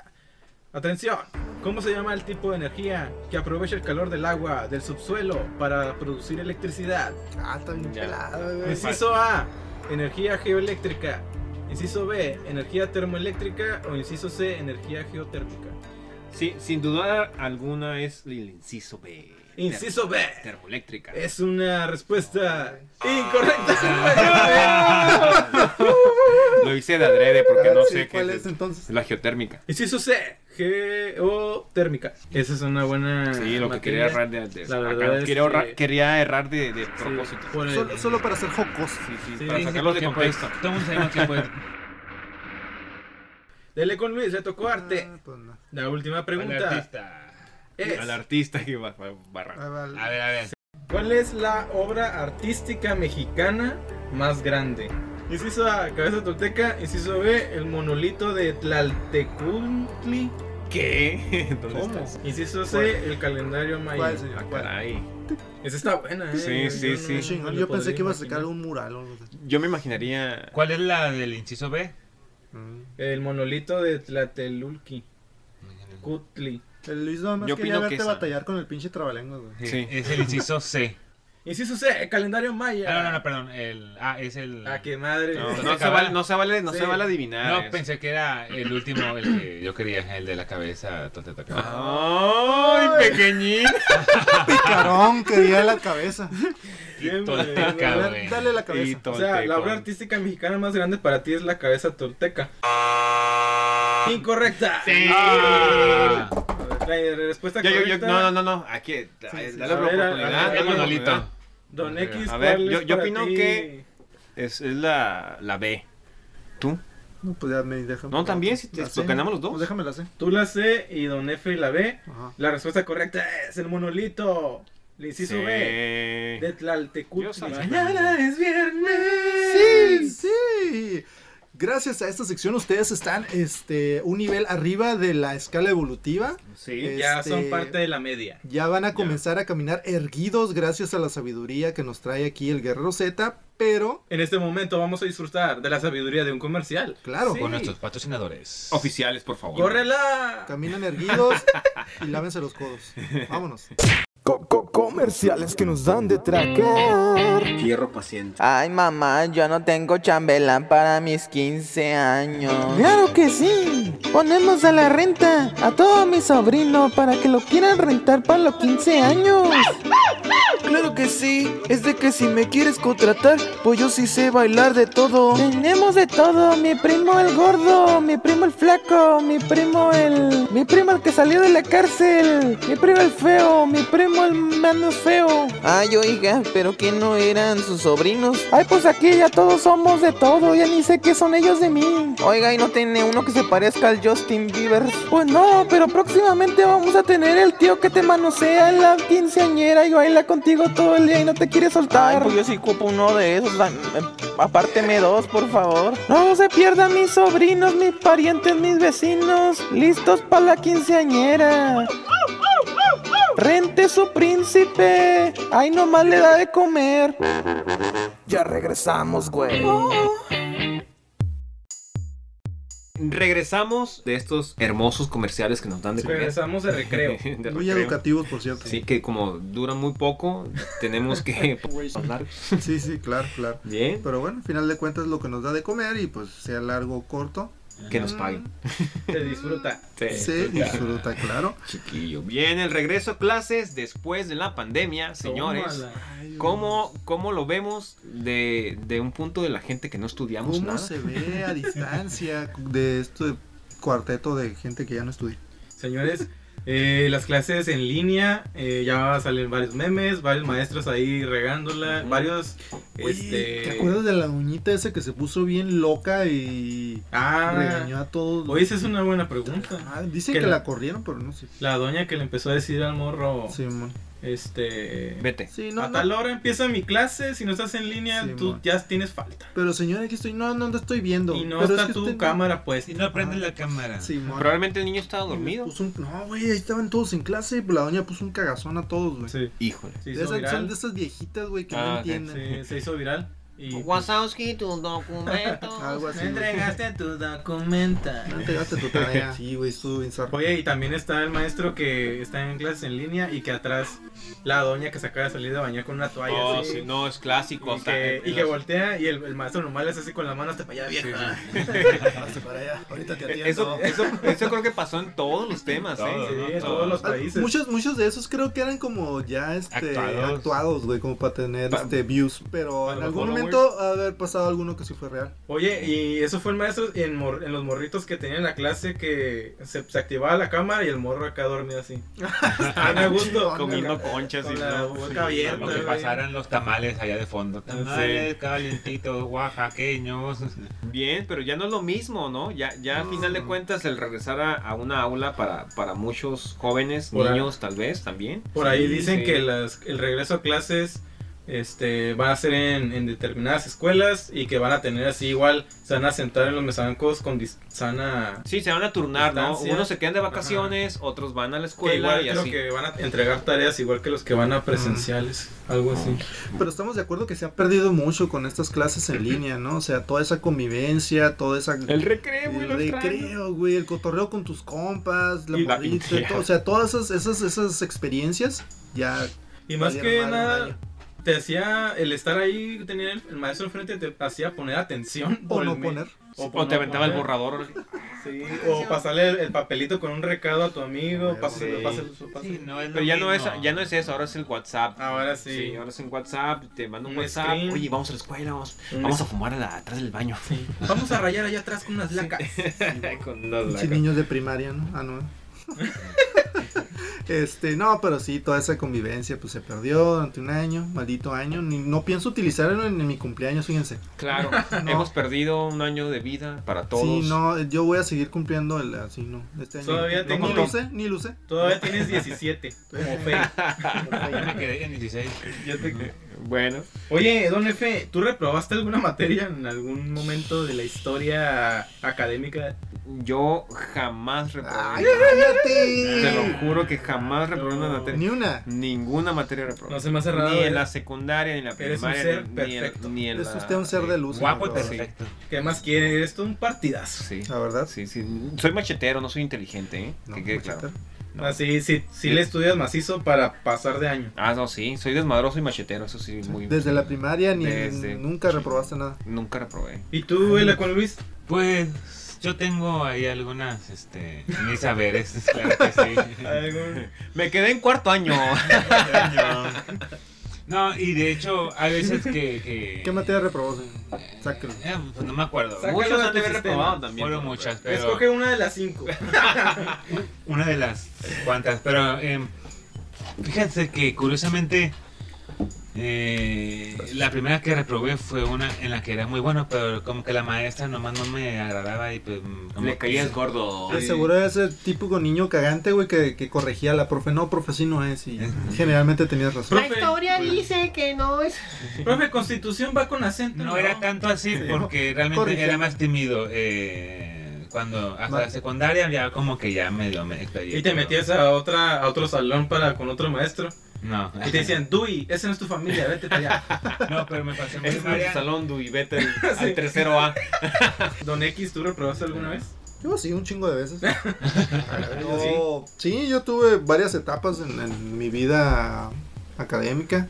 [SPEAKER 5] Atención, ¿cómo se llama el tipo de energía que aprovecha el calor del agua del subsuelo para producir electricidad?
[SPEAKER 2] Ah, está bien
[SPEAKER 3] Ya.
[SPEAKER 2] pelado, güey.
[SPEAKER 5] Inciso A, energía geoeléctrica. Inciso B, energía termoeléctrica. O inciso C, energía geotérmica.
[SPEAKER 3] Sí, sin duda alguna es el inciso B.
[SPEAKER 5] Inciso B.
[SPEAKER 3] Termoeléctrica.
[SPEAKER 5] Es una respuesta
[SPEAKER 3] Ah,
[SPEAKER 5] *laughs* incorrecta.
[SPEAKER 3] Lo hice de adrede porque
[SPEAKER 2] Ah,
[SPEAKER 3] no
[SPEAKER 2] sí,
[SPEAKER 3] sé qué
[SPEAKER 2] ¿Cuál
[SPEAKER 3] es.
[SPEAKER 2] es entonces?
[SPEAKER 3] La geotérmica.
[SPEAKER 5] Inciso C, geotérmica. Esa es una buena.
[SPEAKER 3] Sí, lo que
[SPEAKER 5] materia.
[SPEAKER 3] quería errar de, de-
[SPEAKER 5] La
[SPEAKER 3] acá,
[SPEAKER 5] verdad es
[SPEAKER 3] quería, ahorrar-
[SPEAKER 5] que-
[SPEAKER 3] quería errar de, de
[SPEAKER 5] Sí,
[SPEAKER 3] propósito.
[SPEAKER 5] por el-
[SPEAKER 2] Solo, solo para ser jocoso.
[SPEAKER 3] Sí, sí,
[SPEAKER 5] Sí,
[SPEAKER 3] para
[SPEAKER 5] sí,
[SPEAKER 3] sacarlo de
[SPEAKER 7] Que, pues,
[SPEAKER 3] contexto.
[SPEAKER 7] Todo el mundo sabemos que
[SPEAKER 3] eh.
[SPEAKER 7] fue
[SPEAKER 5] Dele con Luis, le tocó arte.
[SPEAKER 2] Ah, pues no.
[SPEAKER 5] La última
[SPEAKER 7] al
[SPEAKER 5] pregunta
[SPEAKER 7] artista.
[SPEAKER 5] es:
[SPEAKER 3] Al artista que va va- barra.
[SPEAKER 2] Ah, vale.
[SPEAKER 7] A ver, a ver.
[SPEAKER 5] ¿Cuál es la obra artística mexicana más grande? Inciso A, Cabeza Tolteca. Inciso B, El Monolito de Tlaltecuhtli.
[SPEAKER 3] ¿Qué? *laughs* ¿Dónde
[SPEAKER 5] ¿Cómo?
[SPEAKER 3] estás?
[SPEAKER 5] Inciso C, El Calendario Maya.
[SPEAKER 2] ¿Cuál, señor?
[SPEAKER 3] Ah,
[SPEAKER 2] ¿Cuál?
[SPEAKER 3] caray.
[SPEAKER 5] Esa está buena, ¿eh?
[SPEAKER 3] Sí, sí,
[SPEAKER 5] Yo
[SPEAKER 3] sí.
[SPEAKER 5] no-
[SPEAKER 2] Chingón,
[SPEAKER 5] no le
[SPEAKER 2] Yo pensé
[SPEAKER 5] podría
[SPEAKER 2] que iba a sacar
[SPEAKER 5] imaginar.
[SPEAKER 2] un mural o algo así.
[SPEAKER 3] Yo me imaginaría.
[SPEAKER 7] ¿Cuál es la del inciso B?
[SPEAKER 2] Mm.
[SPEAKER 5] El Monolito de Tlatelulki. Cutli.
[SPEAKER 2] El Luis nomás
[SPEAKER 3] Yo
[SPEAKER 2] quería
[SPEAKER 3] opino
[SPEAKER 2] verte
[SPEAKER 3] que esa.
[SPEAKER 2] batallar con el pinche trabalenguas, güey.
[SPEAKER 3] Sí.
[SPEAKER 7] Eh,
[SPEAKER 3] Eh,
[SPEAKER 7] Es el inciso C.
[SPEAKER 5] Inciso C, El Calendario Maya.
[SPEAKER 7] Ah, no, no, no, perdón. El, ah, es el.
[SPEAKER 5] Ah, qué madre.
[SPEAKER 3] No,
[SPEAKER 7] Sí.
[SPEAKER 3] no se vale, no se vale, eh, no
[SPEAKER 5] Sí.
[SPEAKER 3] se vale adivinar.
[SPEAKER 7] No,
[SPEAKER 3] eso.
[SPEAKER 7] pensé que era el último, el que yo quería, el de la cabeza. ta, ta, ta, ta.
[SPEAKER 3] Ah. ¡Ay, pequeñín!
[SPEAKER 2] *laughs* Picarón, quería la
[SPEAKER 3] *laughs*
[SPEAKER 2] cabeza.
[SPEAKER 5] Bien,
[SPEAKER 7] Tonteca,
[SPEAKER 5] güey.
[SPEAKER 7] güey.
[SPEAKER 2] Dale, dale la
[SPEAKER 3] Y
[SPEAKER 2] cabeza.
[SPEAKER 3] tolteco.
[SPEAKER 5] O sea, la obra artística mexicana más grande para ti es la cabeza tolteca. Incorrecta.
[SPEAKER 7] Ah,
[SPEAKER 5] La respuesta
[SPEAKER 3] Yo, yo, yo-
[SPEAKER 5] correcta.
[SPEAKER 3] no, no, no, no, aquí, dale
[SPEAKER 5] sí.
[SPEAKER 3] la
[SPEAKER 5] A ver, a
[SPEAKER 3] oportunidad.
[SPEAKER 5] ver,
[SPEAKER 3] dale
[SPEAKER 7] el
[SPEAKER 3] la
[SPEAKER 7] monolito.
[SPEAKER 3] oportunidad.
[SPEAKER 5] Don X,
[SPEAKER 3] A ver,
[SPEAKER 5] ¿cuál
[SPEAKER 3] yo-
[SPEAKER 5] es
[SPEAKER 3] yo
[SPEAKER 5] para
[SPEAKER 3] opino
[SPEAKER 5] ti?
[SPEAKER 3] que- Es, es la, la B. ¿Tú?
[SPEAKER 2] No, pues ya me déjame.
[SPEAKER 3] No, también, si te-
[SPEAKER 2] La sé.
[SPEAKER 3] lo ganamos los dos.
[SPEAKER 2] Pues déjame la C.
[SPEAKER 5] Tú la C y Don F la B.
[SPEAKER 2] Ajá.
[SPEAKER 5] La respuesta correcta es el monolito. Le inciso B. De Tlaltecutli.
[SPEAKER 3] Yo sabía.
[SPEAKER 5] Mañana es viernes.
[SPEAKER 2] Sí, sí. Gracias a esta sección ustedes están este, un nivel arriba de la escala evolutiva.
[SPEAKER 3] Sí.
[SPEAKER 5] Ya
[SPEAKER 2] Este,
[SPEAKER 5] son parte de la media.
[SPEAKER 2] Ya van a comenzar a caminar erguidos gracias a la sabiduría que nos trae aquí el Guerrero Z, pero
[SPEAKER 5] En este momento vamos a disfrutar de la sabiduría de un comercial.
[SPEAKER 2] claro,
[SPEAKER 7] Con nuestros patrocinadores.
[SPEAKER 3] Oficiales, por favor.
[SPEAKER 5] ¡Córrela! *laughs*
[SPEAKER 2] caminan erguidos y lávense los codos. Vámonos.
[SPEAKER 10] co- co- comerciales que nos dan de tragar.
[SPEAKER 6] Hierro paciente.
[SPEAKER 9] Ay, mamá, yo no tengo chambelán para mis 15 años.
[SPEAKER 11] Claro que sí. Ponemos a la renta a todo mi sobrino para que lo quieran rentar para los 15 años.
[SPEAKER 12] Claro que sí, es de que si me quieres contratar, pues yo sí sé bailar de todo.
[SPEAKER 11] Tenemos de todo, mi primo el gordo, mi primo el flaco, mi primo el... Mi primo el que salió de la cárcel, mi primo el feo, mi primo el menos feo.
[SPEAKER 9] Ay, oiga, pero que no eran sus sobrinos.
[SPEAKER 11] Ay, pues aquí ya todos somos de todo, ya ni sé qué son ellos de mí.
[SPEAKER 9] Oiga, ¿y no tiene uno que se parezca al Justin Bieber?
[SPEAKER 11] Pues no, pero próximamente vamos a tener el tío que te manosea en la quinceañera y baila contigo todo el día y no te quiere
[SPEAKER 9] Ay,
[SPEAKER 11] soltar.
[SPEAKER 9] pues yo sí ocupo uno de esos. la- eh, Apárteme dos, por favor.
[SPEAKER 11] No se pierdan mis sobrinos, mis parientes, mis vecinos, listos para la quinceañera. Rente su príncipe, ahí nomás le da de comer.
[SPEAKER 10] Ya regresamos, güey.
[SPEAKER 3] Regresamos de estos hermosos comerciales que nos dan de comer.
[SPEAKER 5] Regresamos de recreo.
[SPEAKER 3] *laughs* De
[SPEAKER 2] Muy
[SPEAKER 3] recreo.
[SPEAKER 2] educativos, por cierto.
[SPEAKER 3] Sí, que como duran muy poco,
[SPEAKER 5] *laughs*
[SPEAKER 3] tenemos que *laughs* hablar.
[SPEAKER 2] Sí, sí, claro, claro.
[SPEAKER 3] Bien.
[SPEAKER 2] Pero bueno, al final de cuentas lo que nos da de comer y pues sea largo o corto.
[SPEAKER 3] Que nos paguen.
[SPEAKER 5] Se disfruta.
[SPEAKER 2] Se disfruta, claro.
[SPEAKER 3] Chiquillo. Bien, el regreso a clases después de la pandemia, señores.
[SPEAKER 5] Tómala.
[SPEAKER 3] ¿Cómo, ¿Cómo lo vemos de, de un punto de la gente que no estudiamos
[SPEAKER 2] ¿Cómo
[SPEAKER 3] nada?
[SPEAKER 2] se ve a distancia de este cuarteto de gente que ya no estudia?
[SPEAKER 5] Señores, eh, las clases en línea, eh, ya va a salir varios memes, varios maestros ahí regándola, varios... este...
[SPEAKER 2] ¿Te acuerdas de la doñita esa que se puso bien loca y
[SPEAKER 5] Ah.
[SPEAKER 2] regañó a todos?
[SPEAKER 5] Oye, esa es una buena pregunta.
[SPEAKER 2] Ah, dicen
[SPEAKER 5] Que
[SPEAKER 2] que
[SPEAKER 5] la-
[SPEAKER 2] la corrieron, pero no sé.
[SPEAKER 5] La doña que le empezó a decir al morro...
[SPEAKER 2] Simón.
[SPEAKER 5] Este...
[SPEAKER 3] Vete.
[SPEAKER 2] Sí, no,
[SPEAKER 5] a
[SPEAKER 2] no.
[SPEAKER 5] tal hora empieza mi clase, si no estás en línea,
[SPEAKER 2] Sí,
[SPEAKER 5] tú
[SPEAKER 2] mon.
[SPEAKER 5] ya tienes falta.
[SPEAKER 2] Pero señora, aquí estoy. No, no te estoy viendo.
[SPEAKER 5] Y no
[SPEAKER 2] pero
[SPEAKER 5] está
[SPEAKER 2] es que
[SPEAKER 5] tu
[SPEAKER 2] usted no-
[SPEAKER 5] cámara puesta.
[SPEAKER 7] Y no prende la cámara.
[SPEAKER 2] Simón.
[SPEAKER 3] Probablemente el niño estaba
[SPEAKER 2] Y
[SPEAKER 3] dormido.
[SPEAKER 2] puso un- No, güey, ahí estaban todos en clase y la doña puso un cagazón a todos, güey.
[SPEAKER 5] Sí.
[SPEAKER 3] Híjole.
[SPEAKER 5] Se
[SPEAKER 2] De
[SPEAKER 5] hizo
[SPEAKER 2] esas- son de
[SPEAKER 5] viral.
[SPEAKER 2] esas viejitas, güey, que
[SPEAKER 3] Ah,
[SPEAKER 2] no
[SPEAKER 3] ok.
[SPEAKER 2] entienden.
[SPEAKER 5] Sí, se hizo viral. Y
[SPEAKER 9] Wasowski, tus
[SPEAKER 2] *laughs*
[SPEAKER 9] documentos.
[SPEAKER 2] Algo así.
[SPEAKER 5] Me entregaste tus documentos.
[SPEAKER 2] *laughs* No entregaste tu tarea. Sí, güey, estuvo bien zarra.
[SPEAKER 5] Oye, y también está el maestro que está en clases en línea y que atrás la doña que se acaba de salir de bañar con una toalla.
[SPEAKER 3] Oh,
[SPEAKER 5] así,
[SPEAKER 3] sí, no, es clásico.
[SPEAKER 5] y,
[SPEAKER 3] hasta
[SPEAKER 5] que, y
[SPEAKER 3] en
[SPEAKER 5] que
[SPEAKER 3] los- eh,
[SPEAKER 5] voltea y el, el maestro nomás le hace así con la mano hasta para allá, vieja. *laughs*
[SPEAKER 2] Hazte *laughs* para allá, ahorita
[SPEAKER 5] Eh,
[SPEAKER 2] te atiendo.
[SPEAKER 3] Eso, eso, eso creo que pasó en todos los temas, ¿eh?
[SPEAKER 5] Sí, en
[SPEAKER 3] En
[SPEAKER 5] todos los
[SPEAKER 2] Ah,
[SPEAKER 5] países.
[SPEAKER 2] Muchos, muchos de esos creo que eran como ya este,
[SPEAKER 7] Actuados.
[SPEAKER 2] actuados, güey, como para tener
[SPEAKER 3] Pa-
[SPEAKER 2] este, views. Pero en
[SPEAKER 5] los
[SPEAKER 2] algún
[SPEAKER 5] followers.
[SPEAKER 2] momento ha de haber pasado alguno que sí fue real.
[SPEAKER 5] Oye, y eso fue el maestro en, mor- en los morritos que tenían en la clase que se, se activaba la cámara y el morro acá dormido
[SPEAKER 3] *laughs*
[SPEAKER 5] así. Ah, me gusto.
[SPEAKER 3] Comiendo conchas y
[SPEAKER 5] Con la boca abierta.
[SPEAKER 7] Lo que pasaran los tamales allá de fondo. Tamales calientitos, oaxaqueños.
[SPEAKER 3] Bien, pero ya no es lo mismo, ¿no? Ya, ya a final de cuentas el regresar a, a una aula para, para muchos jóvenes,
[SPEAKER 5] Por ahí.
[SPEAKER 3] niños tal vez también.
[SPEAKER 5] Por ahí
[SPEAKER 3] Sí,
[SPEAKER 5] dicen
[SPEAKER 3] sí.
[SPEAKER 5] que las, el regreso a clases este, va a ser en, en determinadas escuelas y que van a tener así igual, se van a sentar en los mesabancos con dis- se van a-
[SPEAKER 3] Sí, se van a turnar, ¿no?
[SPEAKER 5] Distancia.
[SPEAKER 3] Unos se quedan de vacaciones, otros van a la
[SPEAKER 5] que
[SPEAKER 3] escuela
[SPEAKER 5] igual
[SPEAKER 3] y
[SPEAKER 5] creo
[SPEAKER 3] así.
[SPEAKER 5] que van a entregar tareas igual que los que van a presenciales, algo así.
[SPEAKER 2] Pero estamos de acuerdo que se ha perdido mucho con estas clases en línea, ¿no? O sea, toda esa convivencia, toda esa...
[SPEAKER 3] El recreo, güey,
[SPEAKER 2] El
[SPEAKER 3] lo extraño.
[SPEAKER 2] recreo, güey, el cotorreo con tus compas, la
[SPEAKER 3] Y la
[SPEAKER 2] morrita, y
[SPEAKER 3] pinche-
[SPEAKER 2] todo, o sea, todas esas, esas, esas experiencias ya...
[SPEAKER 5] Y más que
[SPEAKER 2] valieron madre
[SPEAKER 5] nada,
[SPEAKER 2] un año.
[SPEAKER 5] te hacía el estar ahí, tener el, el maestro enfrente, te hacía poner atención.
[SPEAKER 2] O
[SPEAKER 5] por
[SPEAKER 2] no
[SPEAKER 5] el me-
[SPEAKER 2] poner.
[SPEAKER 5] por
[SPEAKER 3] O te
[SPEAKER 5] no
[SPEAKER 3] aventaba el
[SPEAKER 5] poner.
[SPEAKER 3] borrador.
[SPEAKER 5] Sí, o pasarle el, el papelito con un recado a tu amigo,
[SPEAKER 2] Bueno,
[SPEAKER 5] pásale,
[SPEAKER 3] sí.
[SPEAKER 5] pásale, pásale.
[SPEAKER 7] no es lo
[SPEAKER 3] Pero ya no, es,
[SPEAKER 7] mismo.
[SPEAKER 3] ya no es eso, ahora es el WhatsApp.
[SPEAKER 5] Ahora sí.
[SPEAKER 3] ahora es en WhatsApp, te mando un,
[SPEAKER 5] Un
[SPEAKER 3] WhatsApp.
[SPEAKER 5] screen.
[SPEAKER 3] Oye, vamos a la escuela, vamos,
[SPEAKER 5] Un
[SPEAKER 3] vamos a fumar a la- atrás del baño.
[SPEAKER 5] Vamos a rayar allá atrás con unas lacas.
[SPEAKER 3] Con los
[SPEAKER 2] Pinches
[SPEAKER 3] lacas.
[SPEAKER 2] niños de primaria, ¿no?
[SPEAKER 5] *laughs*
[SPEAKER 2] Ah, no. este, no, pero sí, toda esa convivencia pues se perdió durante un año, maldito año. Ni, no pienso utilizarlo en, en mi cumpleaños, fíjense.
[SPEAKER 3] *laughs* Claro,
[SPEAKER 2] No.
[SPEAKER 3] hemos perdido un año de vida para todos.
[SPEAKER 2] Sí, no, yo voy a seguir cumpliendo el así, no. Este año
[SPEAKER 5] Todavía
[SPEAKER 2] no
[SPEAKER 5] tengo-
[SPEAKER 2] ni luce, ni luce.
[SPEAKER 5] *laughs* Todavía tienes 17, como fe.
[SPEAKER 7] Yo me quedé en 16.
[SPEAKER 5] Yo te-
[SPEAKER 3] Bueno,
[SPEAKER 5] Oye, don F, ¿tú reprobaste alguna materia en algún momento de la historia académica?
[SPEAKER 3] yo jamás
[SPEAKER 2] Ay,
[SPEAKER 3] reprobé. Te
[SPEAKER 2] cállate.
[SPEAKER 3] lo juro que jamás reprobé una materia.
[SPEAKER 2] Ni una.
[SPEAKER 3] Ninguna materia reprobé.
[SPEAKER 5] No se me hace raro,
[SPEAKER 3] Ni
[SPEAKER 5] ¿eh?
[SPEAKER 3] en la secundaria, ni en la
[SPEAKER 5] Eres un
[SPEAKER 3] primaria,
[SPEAKER 5] ser
[SPEAKER 3] ni,
[SPEAKER 5] perfecto.
[SPEAKER 3] en, ni en
[SPEAKER 2] Es
[SPEAKER 3] la- pues,
[SPEAKER 2] usted un ser de luz.
[SPEAKER 7] *laughs* Guapo y
[SPEAKER 2] señor.
[SPEAKER 7] perfecto.
[SPEAKER 5] ¿Qué más quieres? Eres tú un partidazo.
[SPEAKER 3] Sí,
[SPEAKER 2] La verdad.
[SPEAKER 3] sí, sí. Soy machetero, no soy inteligente, ¿eh?
[SPEAKER 2] No,
[SPEAKER 3] que quede
[SPEAKER 2] muchacho.
[SPEAKER 3] claro.
[SPEAKER 5] Así, sí, sí le estudias macizo para pasar de año.
[SPEAKER 3] Ah, no, sí, soy desmadroso y machetero, eso sí, muy
[SPEAKER 2] Desde la primaria ni
[SPEAKER 3] Desde-
[SPEAKER 2] nunca reprobaste nada.
[SPEAKER 3] Nunca reprobé.
[SPEAKER 5] ¿Y tú, Ela, con Luis? *laughs*
[SPEAKER 7] Pues yo tengo ahí algunas, este, mis saberes, *laughs* claro que sí.
[SPEAKER 3] Me quedé en cuarto *laughs* año.
[SPEAKER 7] No, y de hecho, hay veces que... que-
[SPEAKER 2] ¿Qué materia reprobó, señor? Sáquelo.
[SPEAKER 7] eh, pues no me acuerdo.
[SPEAKER 2] Sácalo
[SPEAKER 7] Muchas
[SPEAKER 2] de
[SPEAKER 7] han de
[SPEAKER 2] tu
[SPEAKER 7] haber
[SPEAKER 2] sistema.
[SPEAKER 7] reprobado también. Fueron muchas, pero... pues,
[SPEAKER 5] Escoge una de las *laughs* cinco.
[SPEAKER 7] una de las cuantas, pero eh, fíjense que curiosamente eh, la primera que reprobé fue una en la que era muy bueno, pero como que la maestra nomás no me agradaba y pues como
[SPEAKER 3] Le
[SPEAKER 7] que-
[SPEAKER 3] caías gordo.
[SPEAKER 2] Ah, Seguro es el típico niño cagante, güey, que, que corregía a la profe. No, profe, sí no es. Y generalmente tenías razón.
[SPEAKER 13] La historia dice que no es.
[SPEAKER 5] Profe, Constitución va con acento.
[SPEAKER 7] No era tanto así porque realmente
[SPEAKER 5] Corrige.
[SPEAKER 7] era más tímido. eh, cuando hasta la secundaria ya como que ya medio me expedía.
[SPEAKER 5] Y te metías a otra a otro salón para con otro maestro.
[SPEAKER 7] No.
[SPEAKER 5] Y
[SPEAKER 7] *laughs*
[SPEAKER 5] te decían, Dui, esa no es tu familia, vete para *laughs* allá.
[SPEAKER 7] No, pero me pasé en
[SPEAKER 5] Ese es
[SPEAKER 7] primaria.
[SPEAKER 5] *laughs* nuestro salón,
[SPEAKER 3] Dui, vete al,
[SPEAKER 5] al
[SPEAKER 3] tercero A.
[SPEAKER 5] Don X, ¿tú reprobaste alguna vez?
[SPEAKER 2] Yo sí, un chingo de
[SPEAKER 3] *laughs*
[SPEAKER 2] veces. Yo- sí, yo tuve varias etapas en, en mi vida académica.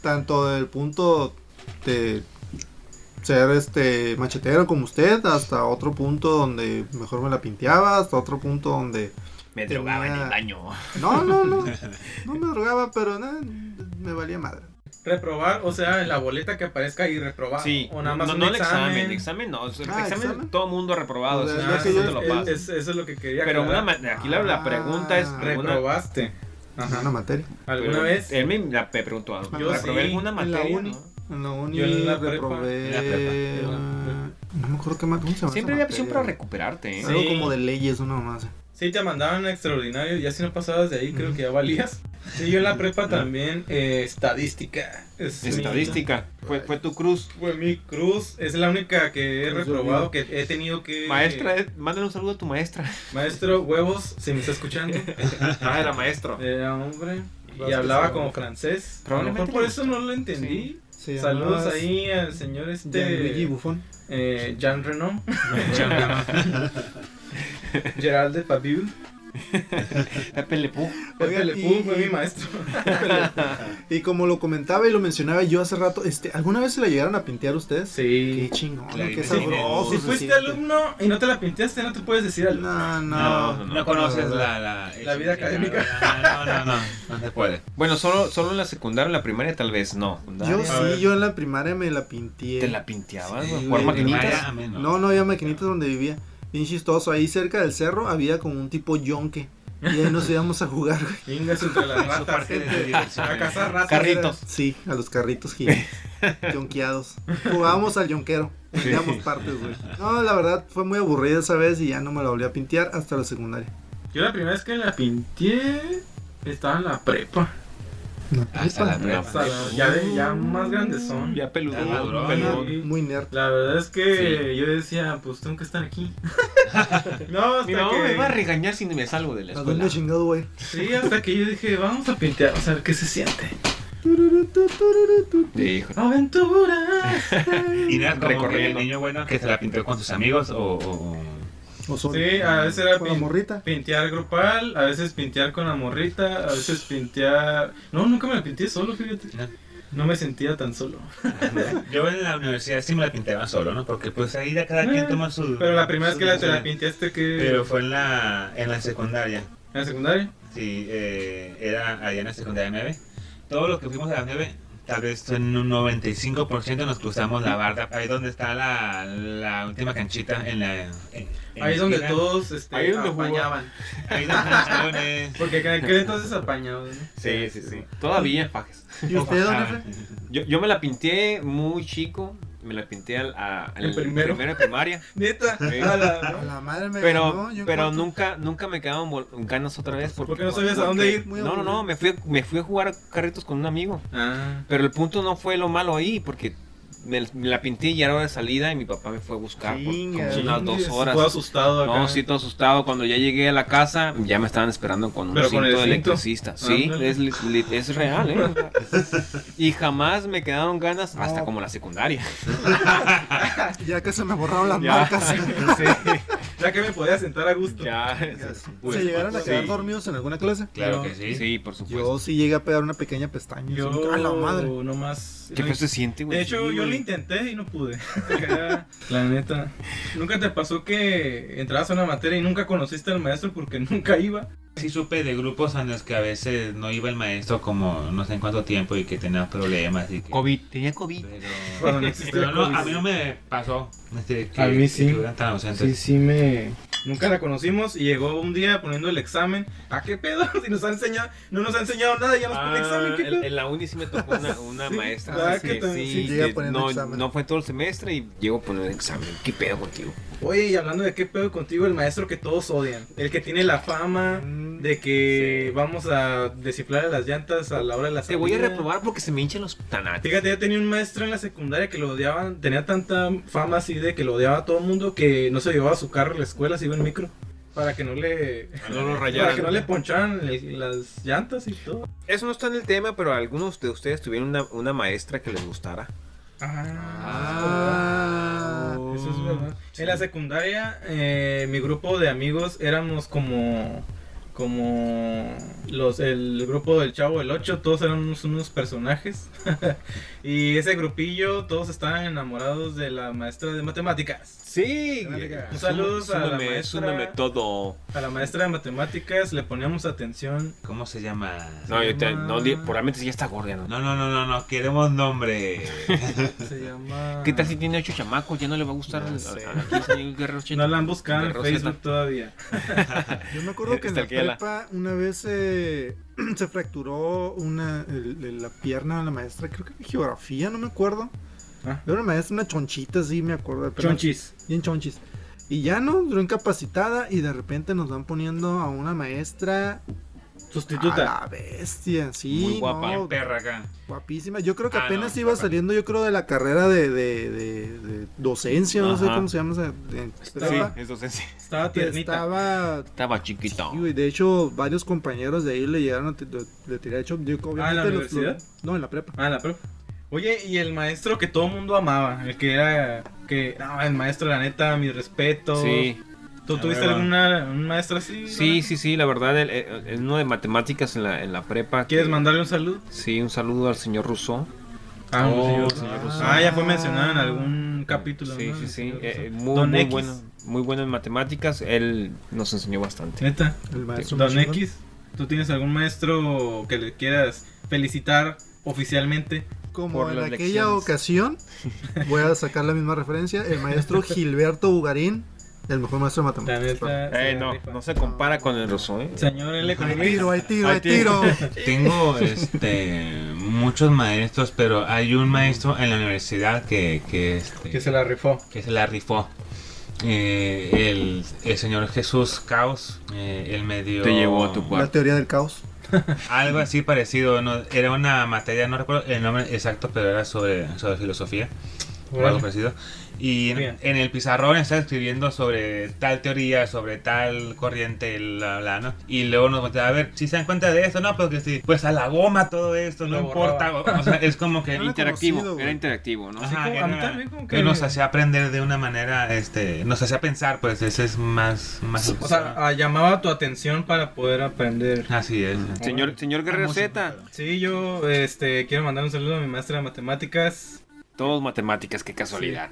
[SPEAKER 2] Tanto del punto de ser este machetero como usted, hasta otro punto donde mejor me la pinteaba, hasta otro punto donde...
[SPEAKER 3] Me drogaba en el
[SPEAKER 2] tenía-
[SPEAKER 3] baño.
[SPEAKER 2] No, no, no.
[SPEAKER 3] *laughs*
[SPEAKER 2] No me drogaba, pero nada, me valía madre.
[SPEAKER 5] Reprobar, o sea, en la boleta que aparezca y reprobar.
[SPEAKER 3] Sí,
[SPEAKER 5] o nada más
[SPEAKER 3] no,
[SPEAKER 5] un
[SPEAKER 3] no el
[SPEAKER 5] examen.
[SPEAKER 3] examen, el examen no, o sea, el
[SPEAKER 5] Ah,
[SPEAKER 3] examen,
[SPEAKER 5] examen.
[SPEAKER 3] todo mundo ha reprobado,
[SPEAKER 5] O
[SPEAKER 2] Pues
[SPEAKER 3] o sea,
[SPEAKER 5] sea,
[SPEAKER 3] nada,
[SPEAKER 5] es-
[SPEAKER 3] eso te lo
[SPEAKER 5] es-
[SPEAKER 3] pasas.
[SPEAKER 5] es- eso es lo que quería
[SPEAKER 3] Pero una,
[SPEAKER 5] aclarar.
[SPEAKER 3] ma- aquí la, la pregunta es,
[SPEAKER 5] Ah,
[SPEAKER 3] ¿alguna-
[SPEAKER 5] reprobaste. Ajá.
[SPEAKER 2] Una materia.
[SPEAKER 5] ¿Alguna
[SPEAKER 3] Pero
[SPEAKER 5] vez?
[SPEAKER 3] Él me la me preguntó,
[SPEAKER 5] Yo
[SPEAKER 3] ¿reprobé
[SPEAKER 5] sí,
[SPEAKER 3] alguna
[SPEAKER 5] en
[SPEAKER 2] En la
[SPEAKER 3] materia?
[SPEAKER 2] uni.
[SPEAKER 3] no?
[SPEAKER 2] En la uni
[SPEAKER 3] Yo en la prepa.
[SPEAKER 2] reprobé.
[SPEAKER 3] En la prepa.
[SPEAKER 2] No me acuerdo qué más. ¿Cómo se llama
[SPEAKER 3] Siempre
[SPEAKER 2] esa
[SPEAKER 3] había opción
[SPEAKER 2] materia?
[SPEAKER 3] para recuperarte, ¿eh?
[SPEAKER 2] Algo
[SPEAKER 5] Sí.
[SPEAKER 2] como de leyes, una más.
[SPEAKER 5] Sí, te mandaban a extraordinario y así no pasabas de ahí, creo que ya valías. Sí, yo en la prepa también, eh, estadística. Es mi-
[SPEAKER 3] Estadística. Fue, fue tu cruz.
[SPEAKER 5] Fue mi cruz. Es la única que he reprobado, que he tenido que...
[SPEAKER 3] Maestra, eh, mándale un saludo a tu maestra.
[SPEAKER 5] Maestro, huevos, si me está escuchando.
[SPEAKER 3] *laughs* Ah, era maestro.
[SPEAKER 5] Era hombre. Y
[SPEAKER 3] Vas
[SPEAKER 5] hablaba
[SPEAKER 3] pesado.
[SPEAKER 5] como francés. A lo
[SPEAKER 3] Probablemente
[SPEAKER 5] mejor por
[SPEAKER 3] le
[SPEAKER 5] eso no lo entendí.
[SPEAKER 2] Sí. Se
[SPEAKER 5] Saludos
[SPEAKER 2] llamaba
[SPEAKER 5] ahí al señor este.
[SPEAKER 2] Gianluigi Buffon.
[SPEAKER 5] Eh, Jean Reno.
[SPEAKER 3] Jean Reno.
[SPEAKER 5] *laughs* Gerald de Pabiu.
[SPEAKER 3] Pepe Lepú.
[SPEAKER 5] Pepe Lepú fue mi maestro.
[SPEAKER 2] y como lo comentaba y lo mencionaba yo hace rato, este, ¿alguna vez se la llegaron a pintear
[SPEAKER 5] *laughs*
[SPEAKER 2] ustedes?
[SPEAKER 5] Sí.
[SPEAKER 2] Qué chingón,
[SPEAKER 5] Sí,
[SPEAKER 2] qué
[SPEAKER 5] sí,
[SPEAKER 2] sabroso.
[SPEAKER 5] si
[SPEAKER 2] se
[SPEAKER 5] fuiste
[SPEAKER 2] siente.
[SPEAKER 5] alumno y no te la pintaste, no te puedes decir alumno.
[SPEAKER 2] No,
[SPEAKER 7] No, no conoces la, la,
[SPEAKER 5] La vida académica.
[SPEAKER 7] No, no, no, no se puede.
[SPEAKER 3] Bueno, solo, solo en la secundaria, en la primaria tal vez, no.
[SPEAKER 2] Yo sí, yo en la primaria me la pinté.
[SPEAKER 3] ¿Te la pinteabas? güey?
[SPEAKER 2] Sí,
[SPEAKER 3] ¿Jugar
[SPEAKER 2] güey,
[SPEAKER 3] maquinitas?
[SPEAKER 2] primaria, No, no, había maquinitas donde vivía. Bien chistoso, ahí cerca del cerro había como un tipo yonque. Y ahí nos íbamos a jugar, güey.
[SPEAKER 5] Vengas entre
[SPEAKER 2] *laughs*
[SPEAKER 5] las ratas. a cazar ratas.
[SPEAKER 2] Sí, a los carritos
[SPEAKER 5] *laughs*
[SPEAKER 2] gigantes. Yonqueados. Jugábamos al yonquero. Teníamos partes, güey. No, la verdad fue muy aburrida esa vez y ya no me la volví a pintear hasta la secundaria.
[SPEAKER 5] Yo la primera vez que la pinté estaba en la prepa.
[SPEAKER 2] Hasta la
[SPEAKER 5] O sea, ya, de- ya más grandes son.
[SPEAKER 3] Ya peludón,
[SPEAKER 5] madurón,
[SPEAKER 3] peludón.
[SPEAKER 5] sí.
[SPEAKER 2] Muy nerd.
[SPEAKER 5] La verdad es que yo decía, pues tengo que estar aquí.
[SPEAKER 3] *laughs*
[SPEAKER 5] no, hasta
[SPEAKER 3] Mi mamá
[SPEAKER 5] que...
[SPEAKER 3] me va a regañar si ni me salgo de la
[SPEAKER 2] ¿A dónde
[SPEAKER 3] escuela.
[SPEAKER 2] chingado, güey?
[SPEAKER 5] Sí, hasta que yo dije, vamos a pintear, vamos a ver qué se siente.
[SPEAKER 3] Hijo.
[SPEAKER 5] Aventuras.
[SPEAKER 7] Y era como que el
[SPEAKER 5] Recorriendo.
[SPEAKER 7] niño bueno que se la pintó con sus amigos o... o- o-
[SPEAKER 5] Sí, a veces era
[SPEAKER 2] Con la
[SPEAKER 5] pin-
[SPEAKER 2] morrita.
[SPEAKER 5] pintear grupal, a veces pintear con la morrita, a veces pintear... No, nunca me la pinté solo, fíjate. No me sentía tan solo.
[SPEAKER 7] Yo en la universidad sí me la pintaba solo, ¿no? Porque pues ahí de cada quien toma su...
[SPEAKER 5] Eh, Pero la primera vez que la, te la
[SPEAKER 7] Sí.
[SPEAKER 5] pintaste, que...
[SPEAKER 7] Pero fue en la, en la secundaria.
[SPEAKER 5] ¿En la secundaria?
[SPEAKER 7] Sí, eh, era allá en la secundaria 9. Todos los que fuimos a la 9, tal vez en un 95% nos cruzamos la barda. Ahí donde está la, la última canchita en la... en- en la
[SPEAKER 5] Ahí es donde
[SPEAKER 7] esquina.
[SPEAKER 5] todos este,
[SPEAKER 7] Ahí donde
[SPEAKER 5] apañaban.
[SPEAKER 7] Ahí donde los jóvenes.
[SPEAKER 5] Porque en aquel entonces apañados. ¿no?
[SPEAKER 3] *laughs* Sí, sí, sí. Todavía fajes.
[SPEAKER 5] ¿Y usted, don Efe?
[SPEAKER 3] Yo, yo me la pinté muy chico. Me la pinté al, a, al
[SPEAKER 5] ¿En primero?
[SPEAKER 3] de
[SPEAKER 5] *laughs*
[SPEAKER 3] primaria.
[SPEAKER 5] Neta.
[SPEAKER 3] Sí.
[SPEAKER 5] A la-
[SPEAKER 2] A la madre me
[SPEAKER 3] Pero,
[SPEAKER 2] ganó, yo en
[SPEAKER 3] pero
[SPEAKER 2] cuarto.
[SPEAKER 3] nunca, nunca me quedaban bol- ganas otra vez. Porque,
[SPEAKER 5] Porque no sabías a dónde ir. Muy
[SPEAKER 3] No, no,
[SPEAKER 5] aburrido.
[SPEAKER 3] no. Me fui, me fui a jugar carritos con un amigo.
[SPEAKER 5] Ah.
[SPEAKER 3] Pero el punto no fue lo malo ahí, porque me, me la pinté y era hora de salida y mi papá me fue a buscar por
[SPEAKER 5] Chinga,
[SPEAKER 3] como unas dos
[SPEAKER 5] chingues,
[SPEAKER 3] horas.
[SPEAKER 5] todo asustado acá.
[SPEAKER 3] No, sí, todo asustado. Cuando ya llegué a la casa, ya me estaban esperando con un
[SPEAKER 5] Pero
[SPEAKER 3] cinto
[SPEAKER 5] con el
[SPEAKER 3] de
[SPEAKER 5] cinto.
[SPEAKER 3] electricista. Sí,
[SPEAKER 5] Ándale.
[SPEAKER 3] es, li- li- es
[SPEAKER 5] *laughs*
[SPEAKER 3] real, ¿eh? Y jamás me quedaron ganas hasta como la secundaria.
[SPEAKER 2] Ya que se me borraron las
[SPEAKER 3] Ya.
[SPEAKER 2] marcas.
[SPEAKER 3] Sí.
[SPEAKER 5] Ya que me podía sentar a gusto.
[SPEAKER 3] Ya,
[SPEAKER 2] ¿Se llegaron a quedar dormidos en alguna clase?
[SPEAKER 3] Pues, Claro que sí. Sí, por supuesto.
[SPEAKER 2] Yo sí llegué a pegar una pequeña pestaña.
[SPEAKER 5] Yo
[SPEAKER 2] así, ¡A la madre!
[SPEAKER 5] nomás.
[SPEAKER 3] ¿Qué feo se siente, güey?
[SPEAKER 5] De hecho,
[SPEAKER 3] Sí,
[SPEAKER 5] yo
[SPEAKER 3] güey.
[SPEAKER 5] lo intenté y no *laughs* pude. Ya, la neta. ¿Nunca te pasó que entrabas a una materia y nunca conociste al maestro porque *laughs* nunca iba?
[SPEAKER 7] Sí supe de grupos en los que a veces no iba el maestro como no sé en cuánto tiempo y que tenía problemas y que...
[SPEAKER 3] COVID,
[SPEAKER 5] *laughs*
[SPEAKER 3] tenía COVID.
[SPEAKER 7] Pero, pero no, a mí no me pasó. este, que-
[SPEAKER 5] a mí
[SPEAKER 7] que
[SPEAKER 5] sí.
[SPEAKER 7] estuvieran tan ausentes.
[SPEAKER 5] Sí, sí me. Nunca la conocimos y llegó un día poniendo el examen. ¿A qué pedo? *laughs* Si nos ha enseñado, no nos ha enseñado nada, ya nos pone el examen.
[SPEAKER 3] Ah,
[SPEAKER 5] ¿Qué pedo?
[SPEAKER 3] en, en la uni sí me tocó una, una
[SPEAKER 5] Sí,
[SPEAKER 3] maestra
[SPEAKER 5] ¿verdad que
[SPEAKER 3] que
[SPEAKER 5] también?
[SPEAKER 3] sí,
[SPEAKER 5] Sí, llega
[SPEAKER 3] que
[SPEAKER 5] a poner
[SPEAKER 3] no,
[SPEAKER 5] examen.
[SPEAKER 3] no fue todo el semestre y llegó a poner el examen. ¿Qué pedo contigo?
[SPEAKER 5] Oye, y hablando de qué pedo contigo, el maestro que todos odian. El que tiene la fama
[SPEAKER 3] Mm,
[SPEAKER 5] de que vamos a descifrar las llantas a la hora de la
[SPEAKER 3] Te
[SPEAKER 5] salida.
[SPEAKER 3] voy a reprobar porque se me hinchan los tanates.
[SPEAKER 5] Fíjate, yo tenía un maestro en la secundaria que lo odiaban, tenía tanta fama así de que lo odiaba a todo el mundo que no se llevaba su carro a la escuela, se iba en micro. Para que no le.
[SPEAKER 3] no lo
[SPEAKER 5] Para
[SPEAKER 3] rayaran.
[SPEAKER 5] que no le poncharan el- las llantas y todo.
[SPEAKER 3] Eso no está en el tema, pero algunos de ustedes tuvieron una, una maestra que les gustara.
[SPEAKER 5] Ah, eso es verdad. En la secundaria, eh, mi grupo de amigos éramos como. Como los, el grupo del Chavo del 8, todos éramos unos personajes. *laughs* y ese grupillo, todos estaban enamorados de la maestra de matemáticas.
[SPEAKER 3] Sí,
[SPEAKER 5] un saludo a la maestra.
[SPEAKER 3] todo.
[SPEAKER 5] A la maestra de matemáticas le poníamos atención.
[SPEAKER 7] ¿Cómo se llama?
[SPEAKER 3] No, yo te, no, di- probablemente sí ya está gorda, ¿no?
[SPEAKER 7] No, no, no, no, no, queremos
[SPEAKER 3] *laughs*
[SPEAKER 7] nombre.
[SPEAKER 5] Se llama.
[SPEAKER 3] ¿Qué tal si tiene ocho chamacos? Ya no le va a gustar. al- al- aquí el señor Guerrero
[SPEAKER 5] *laughs*
[SPEAKER 3] Chen-
[SPEAKER 5] No la han buscado en
[SPEAKER 3] Guerrero Zeta.
[SPEAKER 5] Facebook todavía.
[SPEAKER 2] Yo me
[SPEAKER 7] Eh,
[SPEAKER 2] acuerdo que en la
[SPEAKER 3] Stalkeala.
[SPEAKER 2] prepa una vez eh, *clears throat* se fracturó una, el- el- la pierna de la maestra, creo que de geografía, no me acuerdo.
[SPEAKER 5] Ah.
[SPEAKER 2] Era una maestra, una chonchita, sí, me acuerdo. pero-
[SPEAKER 5] Chonchis.
[SPEAKER 2] Bien chonchis. Y ya no, duró incapacitada y de repente nos van poniendo a una maestra
[SPEAKER 5] Sustituta.
[SPEAKER 3] Ah,
[SPEAKER 2] A la bestia, sí.
[SPEAKER 7] Muy guapa,
[SPEAKER 2] no,
[SPEAKER 7] bien perra acá.
[SPEAKER 2] Guapísima. Yo creo que
[SPEAKER 7] Ah,
[SPEAKER 2] apenas
[SPEAKER 7] no,
[SPEAKER 2] iba
[SPEAKER 7] guapa.
[SPEAKER 2] saliendo, yo creo, de la carrera de, de- de- de docencia, no sé
[SPEAKER 3] Ajá.
[SPEAKER 2] cómo se llama. esa- de-
[SPEAKER 3] Sí,
[SPEAKER 2] prepa.
[SPEAKER 3] eso sí. sí.
[SPEAKER 5] Estaba
[SPEAKER 2] Que
[SPEAKER 5] tiernita.
[SPEAKER 2] estaba
[SPEAKER 3] Estaba chiquito.
[SPEAKER 2] y güey, de hecho, varios compañeros de ahí le llegaron a ti- le- le tirar hecho. Yo,
[SPEAKER 5] Ah, ¿en la
[SPEAKER 2] obviamente, los-
[SPEAKER 5] universidad?
[SPEAKER 2] los- no, en la prepa.
[SPEAKER 5] Ah, la prepa. Oye, y el maestro que todo el mundo amaba, el que era que no, el maestro la neta, mi respeto.
[SPEAKER 3] Sí.
[SPEAKER 5] ¿Tú
[SPEAKER 3] La
[SPEAKER 5] tuviste
[SPEAKER 3] hueva.
[SPEAKER 5] alguna un maestro así?
[SPEAKER 3] Sí, sí, sí, la verdad, el, el- el uno de matemáticas en la, en la prepa.
[SPEAKER 5] ¿Quieres
[SPEAKER 3] que-
[SPEAKER 5] mandarle un saludo?
[SPEAKER 3] Sí, un saludo al señor Rousseau.
[SPEAKER 5] Ah,
[SPEAKER 3] Oh,
[SPEAKER 5] un señor.
[SPEAKER 3] señor Rousseau.
[SPEAKER 5] Ah, ya fue mencionado en algún capítulo.
[SPEAKER 3] Sí,
[SPEAKER 5] ¿no?
[SPEAKER 3] sí,
[SPEAKER 5] El
[SPEAKER 3] sí.
[SPEAKER 5] señor
[SPEAKER 3] eh,
[SPEAKER 5] Rousseau.
[SPEAKER 3] muy,
[SPEAKER 5] Don
[SPEAKER 3] muy
[SPEAKER 5] X.
[SPEAKER 3] bueno. Muy bueno en matemáticas. Él nos enseñó bastante.
[SPEAKER 5] Neta.
[SPEAKER 2] El maestro
[SPEAKER 5] Don
[SPEAKER 2] Machingón.
[SPEAKER 5] X, ¿tú tienes algún maestro que le quieras felicitar oficialmente?
[SPEAKER 2] Como
[SPEAKER 5] por
[SPEAKER 2] en
[SPEAKER 5] las
[SPEAKER 2] aquella
[SPEAKER 5] lecciones? *laughs*
[SPEAKER 2] ocasión, voy a sacar la misma referencia, el maestro Gilberto Bugarín, el mejor maestro de
[SPEAKER 5] La
[SPEAKER 2] matemáticas.
[SPEAKER 5] neta.
[SPEAKER 3] Eh, no, no se compara con el Rousseau, ¿eh?
[SPEAKER 5] Señor L.
[SPEAKER 2] Hay
[SPEAKER 5] Cornelius.
[SPEAKER 2] tiro, hay tiro, hay
[SPEAKER 5] Ahí tiro.
[SPEAKER 2] tiro.
[SPEAKER 7] Tengo este muchos maestros, pero hay un maestro en la universidad que, que, este,
[SPEAKER 5] Que se la rifó.
[SPEAKER 7] que se la rifó. Eh, el, el señor Jesús Caos, eh, él me dio...
[SPEAKER 3] Te llevó a tu
[SPEAKER 2] La teoría del caos.
[SPEAKER 7] Algo así parecido, no, era una materia, no recuerdo el nombre exacto, pero era sobre, sobre filosofía o algo
[SPEAKER 5] Órale.
[SPEAKER 7] parecido. Y en,
[SPEAKER 5] Bien.
[SPEAKER 7] en el pizarrón estaba escribiendo sobre tal teoría, sobre tal corriente, la, la, ¿no? Y luego nos volteaba a ver si se dan cuenta de esto, ¿no? Porque sí, pues a la goma todo esto, no
[SPEAKER 5] Lo Ah,
[SPEAKER 7] importa. O, o sea, es
[SPEAKER 5] *laughs*
[SPEAKER 7] como que.
[SPEAKER 3] interactivo, era interactivo, ¿no?
[SPEAKER 7] Ajá,
[SPEAKER 5] como- a mí también como que-
[SPEAKER 7] que nos hacía aprender de una manera, este, nos hacía pensar, pues ese es más, más
[SPEAKER 5] O sea, ah, llamaba tu atención para poder aprender.
[SPEAKER 7] así es.
[SPEAKER 3] Ah. Señor, señor Guerrero Z,
[SPEAKER 5] Sí, yo este, quiero mandar un saludo a mi maestra de matemáticas.
[SPEAKER 3] todos matemáticas, qué casualidad.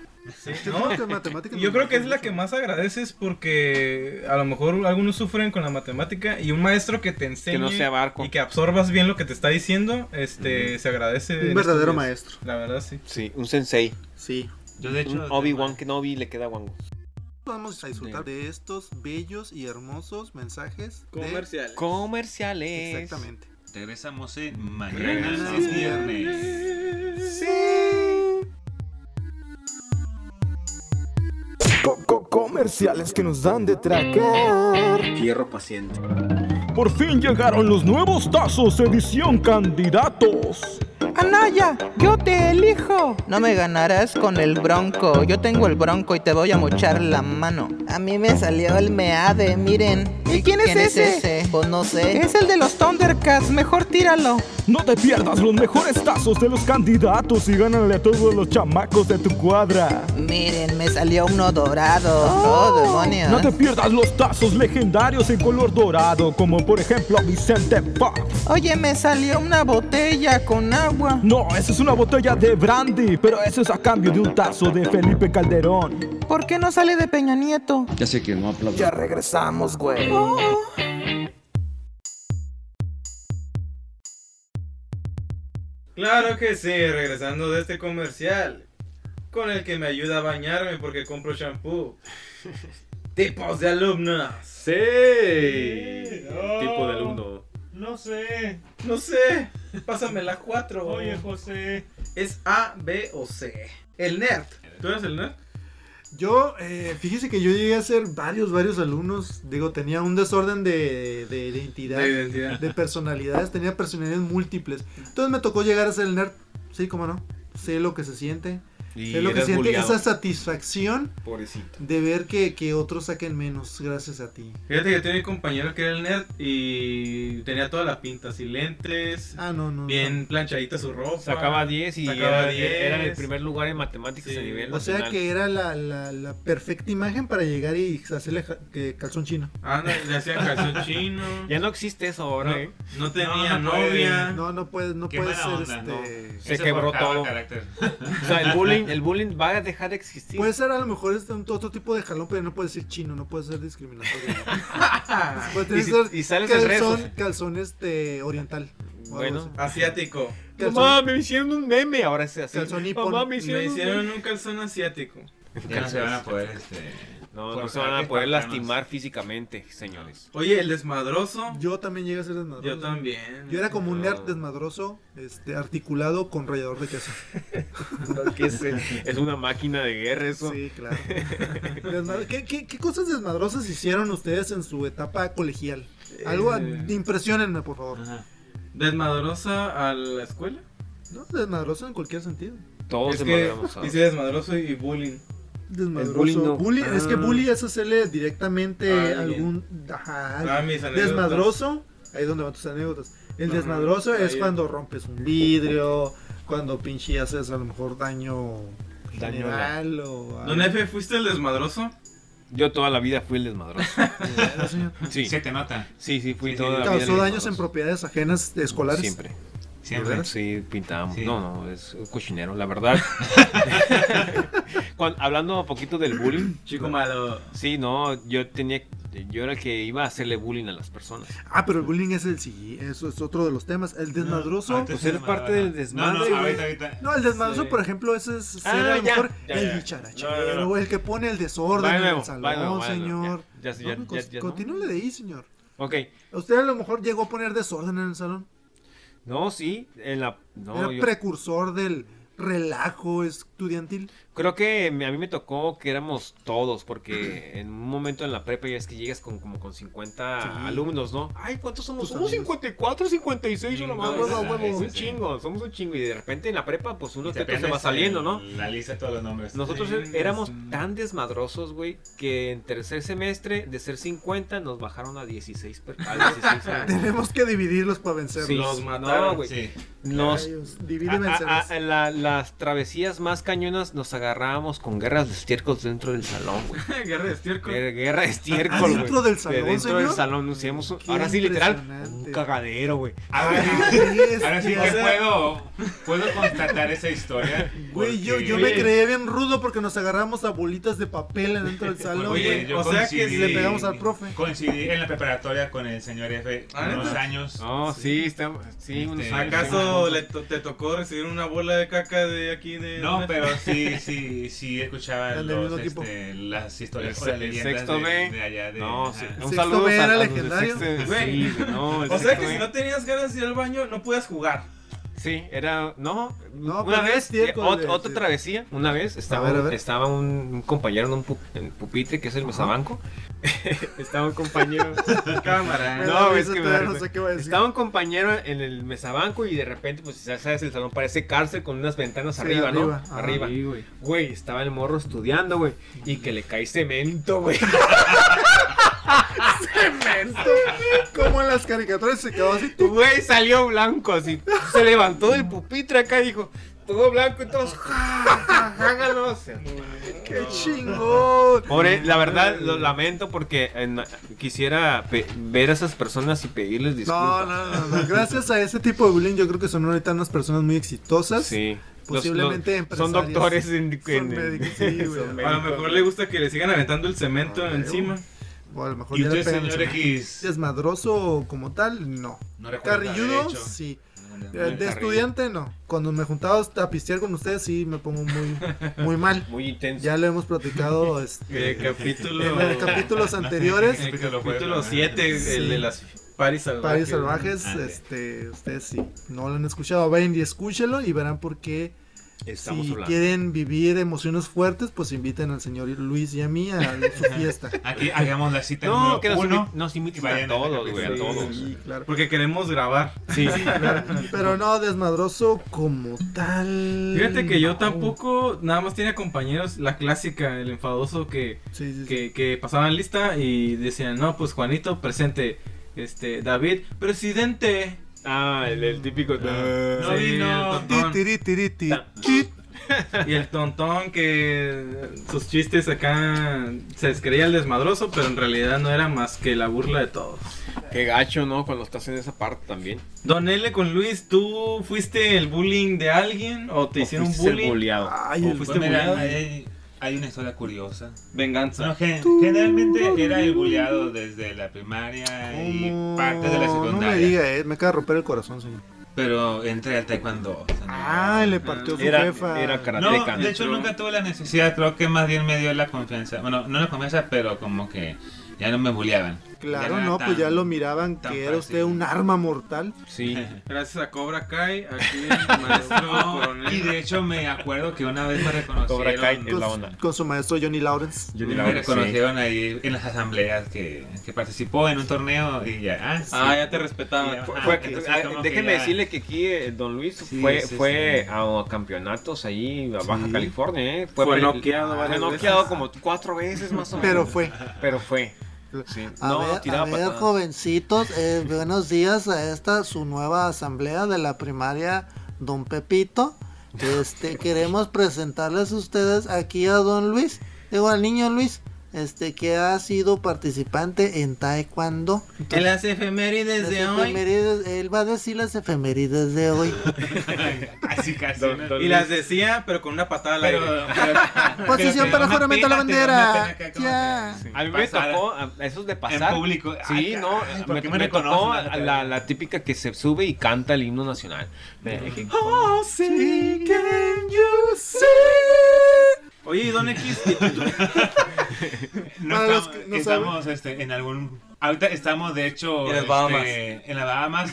[SPEAKER 2] Yo creo que matemáticas
[SPEAKER 5] Yo
[SPEAKER 2] no-
[SPEAKER 5] creo que es la que más agradeces porque a lo mejor algunos sufren con la matemática y un maestro que te enseñe
[SPEAKER 3] Que no sea barco.
[SPEAKER 5] y que absorbas bien lo que te está diciendo, este, se agradece. en
[SPEAKER 2] Un verdadero
[SPEAKER 5] estos días.
[SPEAKER 2] maestro.
[SPEAKER 5] La verdad, sí.
[SPEAKER 3] Sí, un sensei.
[SPEAKER 2] Sí.
[SPEAKER 7] Yo de hecho
[SPEAKER 3] Un Obi-Wan Kenobi le queda guango.
[SPEAKER 2] Vamos a disfrutar de estos bellos y hermosos mensajes de-
[SPEAKER 5] Comercial.
[SPEAKER 3] Comerciales.
[SPEAKER 2] Exactamente.
[SPEAKER 7] regresamos en mañana es
[SPEAKER 2] Gracias.
[SPEAKER 7] viernes.
[SPEAKER 10] Co- co- comerciales que nos dan de tragar.
[SPEAKER 6] Hierro paciente.
[SPEAKER 10] Por fin llegaron los nuevos tazos edición candidatos.
[SPEAKER 11] Anaya, yo te elijo.
[SPEAKER 9] No me ganarás con el bronco. Yo tengo el bronco y te voy a mochar la mano. A mí me salió el meade, miren.
[SPEAKER 11] ¿Y quién es ese?
[SPEAKER 9] Pues no sé.
[SPEAKER 11] Es el de los Thundercats, mejor tíralo.
[SPEAKER 10] No te pierdas los mejores tazos de los candidatos y gánale a todos los chamacos de tu cuadra.
[SPEAKER 9] Miren, me salió uno dorado. Oh, demonios.
[SPEAKER 10] No te pierdas los tazos legendarios en color dorado, como por ejemplo Vicente Fox.
[SPEAKER 11] Oye, me salió una botella con agua.
[SPEAKER 10] No, esa es una botella de brandy, pero eso es a cambio de un tazo de Felipe Calderón.
[SPEAKER 11] ¿Por qué no sale de Peña Nieto?
[SPEAKER 6] Ya sé que no aplaudo.
[SPEAKER 12] Ya regresamos, güey.
[SPEAKER 5] Claro que sí, regresando de este comercial. Con el que me ayuda a bañarme porque compro
[SPEAKER 2] *laughs*
[SPEAKER 5] shampoo. Tipos de alumnos.
[SPEAKER 3] Sí. Tipo de alumno.
[SPEAKER 1] No sé.
[SPEAKER 5] No sé. Pásame la 4.
[SPEAKER 1] Oye, José.
[SPEAKER 5] ¿Es A, B o C? El nerd. ¿Tú eres el nerd?
[SPEAKER 2] Yo, eh, fíjese que yo llegué a ser varios, varios alumnos. Digo, tenía un desorden de, de identidad,
[SPEAKER 5] De identidad.
[SPEAKER 2] de personalidades, tenía personalidades múltiples. Entonces me tocó llegar a ser el nerd. Sí, cómo no. Sé lo que se siente.
[SPEAKER 3] Y
[SPEAKER 2] sé lo que
[SPEAKER 3] eras
[SPEAKER 2] siente.
[SPEAKER 3] bulleado.
[SPEAKER 2] Esa satisfacción
[SPEAKER 3] Pobrecito.
[SPEAKER 2] de ver que, que otros saquen menos gracias a ti.
[SPEAKER 5] Fíjate que tenía un compañero que era el nerd y tenía toda la pinta, así lentes,
[SPEAKER 2] Ah, no, no.
[SPEAKER 5] bien planchadita su ropa.
[SPEAKER 3] Sacaba 10 y
[SPEAKER 5] Sacaba
[SPEAKER 3] era,
[SPEAKER 5] 10.
[SPEAKER 3] era en el primer lugar en matemáticas a nivel
[SPEAKER 2] no. O sea
[SPEAKER 3] nacional.
[SPEAKER 2] que era la, la, la perfecta imagen para llegar y hacerle ja- que calzón chino.
[SPEAKER 5] Anda, le hacía calzón chino.
[SPEAKER 3] *laughs* Ya no existe eso ahora, ¿eh?
[SPEAKER 5] No tenía
[SPEAKER 7] No, no puede.
[SPEAKER 5] novia.
[SPEAKER 2] No, no puede, no
[SPEAKER 7] Qué
[SPEAKER 2] puede
[SPEAKER 7] mala
[SPEAKER 2] ser
[SPEAKER 7] onda,
[SPEAKER 2] este.
[SPEAKER 3] Se
[SPEAKER 7] Ese
[SPEAKER 3] quebró
[SPEAKER 7] forjaba
[SPEAKER 3] todo.
[SPEAKER 7] carácter.
[SPEAKER 3] O sea, el *laughs* bullying, el bullying va a dejar de existir.
[SPEAKER 2] Puede ser a lo mejor este, un- otro tipo de jalón, pero no puede ser chino, no puede ser discriminatorio.
[SPEAKER 3] *laughs*
[SPEAKER 2] puede
[SPEAKER 3] Y
[SPEAKER 2] tener
[SPEAKER 3] si-
[SPEAKER 2] que ser
[SPEAKER 3] y sales en redes
[SPEAKER 2] calzón,
[SPEAKER 3] sociales.
[SPEAKER 2] calzón este, oriental. o algo
[SPEAKER 3] Bueno.
[SPEAKER 5] *laughs* Asiático.
[SPEAKER 2] así.
[SPEAKER 3] Mamá,
[SPEAKER 2] Calzón,
[SPEAKER 3] me hicieron un meme. Ahora es así.
[SPEAKER 2] calzón nipón.
[SPEAKER 3] Mamá, me
[SPEAKER 5] Me
[SPEAKER 3] hicieron,
[SPEAKER 5] hicieron un calzón asiático.
[SPEAKER 3] un
[SPEAKER 7] Ya no se
[SPEAKER 3] meme.
[SPEAKER 7] van a poder,
[SPEAKER 3] *laughs*
[SPEAKER 7] este.
[SPEAKER 3] No, no
[SPEAKER 7] forjar
[SPEAKER 3] se van a poder
[SPEAKER 7] espartanos.
[SPEAKER 3] lastimar físicamente, señores.
[SPEAKER 5] Oye, el desmadroso.
[SPEAKER 2] Yo también llegué a ser desmadroso.
[SPEAKER 5] Yo también.
[SPEAKER 2] Yo era como un
[SPEAKER 3] No.
[SPEAKER 2] nerd desmadroso, este, articulado con rallador de queso.
[SPEAKER 3] Que es,
[SPEAKER 7] *laughs*
[SPEAKER 3] es una máquina de guerra *laughs* eso.
[SPEAKER 2] Sí, claro. Desmadro- ¿Qué, qué, qué cosas desmadrosas hicieron ustedes en su etapa colegial? Algo,
[SPEAKER 5] Eh.
[SPEAKER 2] impresionenme, por favor.
[SPEAKER 7] Ajá.
[SPEAKER 5] Desmadrosa a la escuela.
[SPEAKER 2] No, desmadroso en cualquier sentido.
[SPEAKER 3] Todos
[SPEAKER 5] es
[SPEAKER 3] se
[SPEAKER 5] que
[SPEAKER 3] madreamos ahora.
[SPEAKER 5] hice desmadroso y bullying.
[SPEAKER 2] Desmadroso.
[SPEAKER 3] El bullying no.
[SPEAKER 2] Bully- Es que
[SPEAKER 3] Ah.
[SPEAKER 2] bully es hacerle directamente
[SPEAKER 5] Ah,
[SPEAKER 2] algún. Ajá.
[SPEAKER 5] Ah, mis anécdotas.
[SPEAKER 2] desmadroso, ahí es donde van tus anécdotas. El
[SPEAKER 5] Ajá,
[SPEAKER 2] desmadroso es
[SPEAKER 5] ahí.
[SPEAKER 2] cuando rompes un vidrio, cuando pinche haces a lo mejor daño general o.
[SPEAKER 5] Don F, ¿fuiste el desmadroso?
[SPEAKER 3] Yo toda la vida fui
[SPEAKER 2] *laughs*
[SPEAKER 3] el desmadroso.
[SPEAKER 2] algo así.
[SPEAKER 3] *laughs* Sí,
[SPEAKER 7] Se te nota.
[SPEAKER 3] sí, sí, fui
[SPEAKER 7] Sí, sí,
[SPEAKER 3] toda la vida.
[SPEAKER 2] Causó
[SPEAKER 3] el
[SPEAKER 2] daños en
[SPEAKER 3] desmadroso.
[SPEAKER 2] propiedades ajenas escolares.
[SPEAKER 3] Siempre.
[SPEAKER 7] Siempre.
[SPEAKER 3] Sí, pintábamos.
[SPEAKER 7] Sí.
[SPEAKER 3] No, no, es un cochinero,
[SPEAKER 2] *laughs*
[SPEAKER 3] la verdad. Cuan- hablando un poquito del bullying.
[SPEAKER 5] Chico malo. *laughs*
[SPEAKER 3] Sí, no, yo tenía. Yo era el que iba a hacerle bullying a las personas.
[SPEAKER 2] Ah, pero el bullying es el sí, eso es otro de los temas. El desmadroso.
[SPEAKER 7] Ahorita
[SPEAKER 3] Pues
[SPEAKER 7] sí
[SPEAKER 3] eres
[SPEAKER 7] me
[SPEAKER 3] parte
[SPEAKER 7] mandaban.
[SPEAKER 3] del desmadre,
[SPEAKER 7] No, no,
[SPEAKER 3] güey.
[SPEAKER 7] ahorita, ahorita.
[SPEAKER 2] No, el desmadroso,
[SPEAKER 5] Sí.
[SPEAKER 2] por ejemplo, ese es ser
[SPEAKER 3] Ah,
[SPEAKER 2] a lo
[SPEAKER 3] ya,
[SPEAKER 2] mejor
[SPEAKER 3] ya,
[SPEAKER 2] el
[SPEAKER 3] ya.
[SPEAKER 2] dicharachero,
[SPEAKER 3] No, no, no.
[SPEAKER 2] el que pone el desorden
[SPEAKER 3] Va de
[SPEAKER 2] en
[SPEAKER 3] nuevo,
[SPEAKER 2] el salón,
[SPEAKER 3] va de nuevo, va de nuevo,
[SPEAKER 2] señor.
[SPEAKER 3] ya, ya, ya,
[SPEAKER 2] No,
[SPEAKER 3] ya,
[SPEAKER 2] cos-
[SPEAKER 3] ya, ¿no?
[SPEAKER 2] continúale de ahí, señor.
[SPEAKER 3] Ok.
[SPEAKER 2] Usted a lo mejor llegó a poner desorden en el salón.
[SPEAKER 3] No, sí, en la. No,
[SPEAKER 2] Era
[SPEAKER 3] yo
[SPEAKER 2] precursor del relajo estudiantil.
[SPEAKER 3] creo que me- a mí me tocó que éramos todos, porque en un momento en la prepa ya es que llegas con como con 50
[SPEAKER 2] Sí.
[SPEAKER 3] alumnos, ¿no? Ay, ¿cuántos somos?
[SPEAKER 2] Tus
[SPEAKER 3] Somos
[SPEAKER 2] amigos.
[SPEAKER 3] 54, 56, yo
[SPEAKER 7] Mm,
[SPEAKER 3] no más,
[SPEAKER 7] no,
[SPEAKER 3] huevo,
[SPEAKER 7] sí,
[SPEAKER 3] huevo,
[SPEAKER 7] sí,
[SPEAKER 3] un
[SPEAKER 7] sí.
[SPEAKER 3] chingo, somos un chingo. Y de repente en la prepa, pues uno
[SPEAKER 7] Y te
[SPEAKER 3] que otro se va
[SPEAKER 7] aprendes
[SPEAKER 3] saliendo,
[SPEAKER 7] el-
[SPEAKER 3] ¿no?
[SPEAKER 7] La lista de todos los nombres.
[SPEAKER 3] Nosotros
[SPEAKER 5] Sí,
[SPEAKER 3] er- éramos
[SPEAKER 5] sí.
[SPEAKER 3] tan desmadrosos, güey, que en tercer semestre, de ser 50, nos bajaron a 16. per- A 16 alumnos.
[SPEAKER 2] Tenemos que dividirlos para vencerlos.
[SPEAKER 3] Ah. Sí. Ah,
[SPEAKER 5] Los
[SPEAKER 3] No,
[SPEAKER 5] mataron.
[SPEAKER 3] güey.
[SPEAKER 7] Sí.
[SPEAKER 3] Nos
[SPEAKER 2] Rayos, divide
[SPEAKER 3] A-
[SPEAKER 2] y vencerás.
[SPEAKER 3] a- a- la- las travesías más cañonas nos agarrábamos con guerras de estiércol dentro del salón,
[SPEAKER 2] *laughs*
[SPEAKER 3] güey.
[SPEAKER 5] Guerra de estiércol.
[SPEAKER 3] Guer- Guerra de estiércol, güey.
[SPEAKER 2] ¿Dentro del salón,
[SPEAKER 3] Dentro del
[SPEAKER 2] señor?
[SPEAKER 3] salón. nos hacíamos un-
[SPEAKER 2] Qué
[SPEAKER 3] ahora sí, literal,
[SPEAKER 2] impresionante.
[SPEAKER 3] un cagadero, güey. *laughs*
[SPEAKER 7] Ahora sí,
[SPEAKER 2] Así es,
[SPEAKER 7] ahora sí
[SPEAKER 2] *laughs* o
[SPEAKER 7] que
[SPEAKER 2] sea,
[SPEAKER 7] puedo, puedo constatar esa historia.
[SPEAKER 2] *laughs* Güey, yo,
[SPEAKER 7] porque-
[SPEAKER 2] yo me creía bien rudo porque nos agarramos a bolitas de papel dentro del salón.
[SPEAKER 7] Oye,
[SPEAKER 2] güey.
[SPEAKER 7] yo
[SPEAKER 5] o sea que
[SPEAKER 7] coincidí-
[SPEAKER 2] le pegamos al profe.
[SPEAKER 7] Coincidí en la preparatoria con el señor F.
[SPEAKER 5] Ah,
[SPEAKER 7] unos
[SPEAKER 5] ¿neta?
[SPEAKER 7] años.
[SPEAKER 3] No, sí, está- sí, unos
[SPEAKER 7] Este,
[SPEAKER 3] años.
[SPEAKER 5] ¿Acaso le to- te tocó recibir una bola de caca de aquí de...
[SPEAKER 7] No,
[SPEAKER 5] Don F?
[SPEAKER 7] pero sí, sí, sí escuchaban
[SPEAKER 2] Eran del
[SPEAKER 7] los,
[SPEAKER 2] mismo equipo.
[SPEAKER 7] este, las
[SPEAKER 3] El,
[SPEAKER 7] historias o las
[SPEAKER 3] el
[SPEAKER 7] leyendas
[SPEAKER 3] sexto
[SPEAKER 7] de,
[SPEAKER 3] B.
[SPEAKER 7] de allá de. Ah.
[SPEAKER 3] no,
[SPEAKER 7] ajá.
[SPEAKER 3] sí.
[SPEAKER 2] El
[SPEAKER 3] Un
[SPEAKER 2] sexto
[SPEAKER 3] saludo
[SPEAKER 2] B era
[SPEAKER 3] a- a los de
[SPEAKER 2] legendario.
[SPEAKER 3] sexto-
[SPEAKER 5] Güey.
[SPEAKER 3] Sí, güey, no, el
[SPEAKER 5] O sea
[SPEAKER 3] sexto
[SPEAKER 5] que
[SPEAKER 3] B.
[SPEAKER 5] si no tenías ganas de ir al baño, no podías jugar.
[SPEAKER 3] Sí, era. No,
[SPEAKER 14] No,
[SPEAKER 3] una
[SPEAKER 14] pero
[SPEAKER 3] vez,
[SPEAKER 14] es cierto,
[SPEAKER 3] eh, ot-
[SPEAKER 14] de-
[SPEAKER 3] otra travesía, una vez estaba,
[SPEAKER 14] A ver, a ver.
[SPEAKER 3] estaba un, un compañero en un pu- en pupitre que es el mesabanco. estaba un compañero.
[SPEAKER 5] Cámara.
[SPEAKER 14] Me da
[SPEAKER 3] No, es
[SPEAKER 14] risa
[SPEAKER 3] que me da
[SPEAKER 14] todavía, no
[SPEAKER 3] risa.
[SPEAKER 14] sé qué voy a decir.
[SPEAKER 3] Estaba un compañero en el mesabanco y de repente, pues ya sabes, el salón parece cárcel con unas ventanas
[SPEAKER 14] Sí,
[SPEAKER 3] arriba, ¿no?
[SPEAKER 14] arriba, ajá.
[SPEAKER 3] Arriba.
[SPEAKER 14] Sí,
[SPEAKER 3] güey. estaba el morro estudiando, güey. Y que le cae cemento, güey.
[SPEAKER 2] Cemento. Como en las caricaturas se quedó así.
[SPEAKER 3] Güey, salió blanco así. Se levantó del pupitre acá y dijo, todo blanco y todos. Hágalo.
[SPEAKER 2] ¡Qué chingón!
[SPEAKER 3] Pobre, la verdad lo lamento porque en- quisiera pe- ver a esas personas y pedirles
[SPEAKER 2] No,
[SPEAKER 3] disculpas.
[SPEAKER 2] no, no, no. Gracias a ese tipo de bullying, yo creo que son ahorita unas personas muy exitosas.
[SPEAKER 3] Sí.
[SPEAKER 2] Posiblemente
[SPEAKER 3] Los- los- son
[SPEAKER 2] empresarias.
[SPEAKER 3] doctores en-
[SPEAKER 2] Son
[SPEAKER 3] en-
[SPEAKER 2] médicos, sí,
[SPEAKER 3] *laughs*
[SPEAKER 2] güey.
[SPEAKER 5] A lo mejor le gusta que le sigan aventando el cemento
[SPEAKER 2] Ah,
[SPEAKER 5] encima.
[SPEAKER 2] O a lo mejor ya le pegan mucho. Desmadroso como tal, no.
[SPEAKER 5] No recuerdo
[SPEAKER 2] Carrilludo,
[SPEAKER 5] haber hecho.
[SPEAKER 2] sí.
[SPEAKER 5] no,
[SPEAKER 2] Eh, de
[SPEAKER 3] carrillo.
[SPEAKER 2] estudiante, no. Cuando me juntaba a pistear con ustedes, sí me pongo muy, muy mal.
[SPEAKER 3] Muy intenso.
[SPEAKER 2] Ya lo hemos platicado este, *laughs*
[SPEAKER 5] Eh, capítulo-
[SPEAKER 2] en los capítulos anteriores.
[SPEAKER 5] El capítulo 7,
[SPEAKER 2] Sí.
[SPEAKER 5] el de las paris salvajes.
[SPEAKER 2] Paris Salvajes,
[SPEAKER 5] Ah,
[SPEAKER 2] este, ustedes sí, no lo han escuchado, vayan y escúchenlo y verán por qué.
[SPEAKER 3] Estamos
[SPEAKER 2] si
[SPEAKER 3] hablando.
[SPEAKER 2] quieren vivir emociones fuertes, pues inviten al señor Luis y a mí a su fiesta.
[SPEAKER 7] Aquí hagamos la cita
[SPEAKER 3] No,
[SPEAKER 7] número
[SPEAKER 3] que nos,
[SPEAKER 7] uno.
[SPEAKER 3] invi- nos inviten
[SPEAKER 7] y vayan
[SPEAKER 3] a todos, güey, a
[SPEAKER 5] sí,
[SPEAKER 3] todos.
[SPEAKER 5] Porque queremos grabar.
[SPEAKER 3] Sí,
[SPEAKER 2] claro. Pero no desmadroso como tal.
[SPEAKER 5] Fíjate que yo
[SPEAKER 2] Mm, no.
[SPEAKER 5] tampoco, nada más tenía compañeros, la clásica, el enfadoso que,
[SPEAKER 2] sí,
[SPEAKER 5] que, que pasaban lista y decían, no, pues Juanito, presente, este, David, presidente.
[SPEAKER 3] Ah, el, típico.
[SPEAKER 5] No,
[SPEAKER 3] Sí,
[SPEAKER 5] vino.
[SPEAKER 3] el
[SPEAKER 5] tontón.
[SPEAKER 2] Tiri, tiri, Eh, ti.
[SPEAKER 5] Y el tontón que sus chistes acá se les creía el desmadroso, pero en realidad no era más que la burla de todos.
[SPEAKER 3] Qué gacho, ¿no? Cuando estás en esa parte también.
[SPEAKER 5] Don L con Luis, ¿tú fuiste el bullying de alguien o te hicieron
[SPEAKER 3] fuiste el
[SPEAKER 5] bullying?
[SPEAKER 3] bulleado?
[SPEAKER 5] ¿O
[SPEAKER 7] Pues
[SPEAKER 5] fuiste
[SPEAKER 7] mira,
[SPEAKER 5] bulleado?
[SPEAKER 7] Hay, hay una historia curiosa.
[SPEAKER 5] Venganza.
[SPEAKER 7] Bueno, gen- generalmente era el bulleado desde la primaria y parte de la
[SPEAKER 2] No, no
[SPEAKER 7] secundaria.
[SPEAKER 2] me diga, eh, me acaba de romper el corazón, señor.
[SPEAKER 7] Pero entré al taekwondo. o sea, no-
[SPEAKER 2] Ah, le partió su
[SPEAKER 7] Era-
[SPEAKER 2] jefa.
[SPEAKER 7] era karateca. No, de hecho, nunca tuve la necesidad, creo que más bien me dio la confianza. Bueno, no la confianza, pero como que ya no me bulleaban.
[SPEAKER 2] Claro,
[SPEAKER 7] Ya no
[SPEAKER 2] no,
[SPEAKER 7] era
[SPEAKER 2] pues ya
[SPEAKER 7] tan-
[SPEAKER 2] lo miraban que era usted un arma mortal.
[SPEAKER 3] Sí.
[SPEAKER 5] Gracias a Cobra Kai, aquí el
[SPEAKER 2] *laughs*
[SPEAKER 5] maestro coronel.
[SPEAKER 7] Y de hecho me acuerdo que una vez me
[SPEAKER 3] Cobra Kai
[SPEAKER 7] reconocieron
[SPEAKER 3] es la onda.
[SPEAKER 2] Con su maestro Johnny Lawrence.
[SPEAKER 7] Me reconocieron Mm. ahí en las asambleas que, que participó en un torneo y ya. Ah, sí. *laughs*
[SPEAKER 5] Ah, ya te respetaban.
[SPEAKER 7] Ya,
[SPEAKER 3] Fue-
[SPEAKER 7] ajá,
[SPEAKER 3] fue-
[SPEAKER 7] entonces,
[SPEAKER 3] ah,
[SPEAKER 7] como que
[SPEAKER 3] déjenme
[SPEAKER 7] ya-
[SPEAKER 3] decirle que aquí eh, Don Luis fue,
[SPEAKER 7] sí,
[SPEAKER 3] fue a campeonatos ahí a Baja
[SPEAKER 7] Sí.
[SPEAKER 3] California, ¿eh?
[SPEAKER 7] Fue
[SPEAKER 3] pre-
[SPEAKER 7] noqueado
[SPEAKER 3] fue
[SPEAKER 7] varias
[SPEAKER 3] noqueado
[SPEAKER 7] veces.
[SPEAKER 3] como cuatro veces más o menos.
[SPEAKER 2] Pero fue.
[SPEAKER 3] Pero fue. Sí.
[SPEAKER 14] A
[SPEAKER 3] no,
[SPEAKER 14] ver,
[SPEAKER 3] tiraba
[SPEAKER 14] a ver,
[SPEAKER 3] patadas.
[SPEAKER 14] jovencitos,
[SPEAKER 7] *laughs*
[SPEAKER 14] eh, buenos días a esta su nueva asamblea de la primaria Don Pepito.
[SPEAKER 7] *laughs*
[SPEAKER 14] Este, queremos presentarles a ustedes aquí a Don Luis, digo al niño Luis, este que ha sido participante en Taekwondo.
[SPEAKER 5] En las efemérides
[SPEAKER 14] Las
[SPEAKER 5] de hoy.
[SPEAKER 14] efemérides, él va a decir las efemérides de
[SPEAKER 3] *laughs*
[SPEAKER 14] hoy.
[SPEAKER 7] Casi, casi. ¿no?
[SPEAKER 5] Y las decía, pero con una patada al
[SPEAKER 7] Pero-
[SPEAKER 5] aire.
[SPEAKER 14] Posición para juramento a la bandera. Ya.
[SPEAKER 3] A mí me
[SPEAKER 7] Pasada.
[SPEAKER 3] tocó, a- esos de pasar.
[SPEAKER 7] En público.
[SPEAKER 3] Sí,
[SPEAKER 7] Ay,
[SPEAKER 3] no,
[SPEAKER 7] ay, ¿por
[SPEAKER 3] me,
[SPEAKER 7] qué
[SPEAKER 3] me
[SPEAKER 7] me
[SPEAKER 3] tocó
[SPEAKER 7] reconocen?
[SPEAKER 3] a- la, la típica que se sube y canta el himno nacional. De-
[SPEAKER 5] Oh, sí, can you see? *laughs* Oye, ¿y Don X?
[SPEAKER 7] No
[SPEAKER 5] Para los
[SPEAKER 7] estamos,
[SPEAKER 5] que no
[SPEAKER 7] estamos, este, en algún. Ahorita estamos, de hecho,
[SPEAKER 5] En las
[SPEAKER 7] este,
[SPEAKER 5] Bahamas.
[SPEAKER 7] en las Bahamas.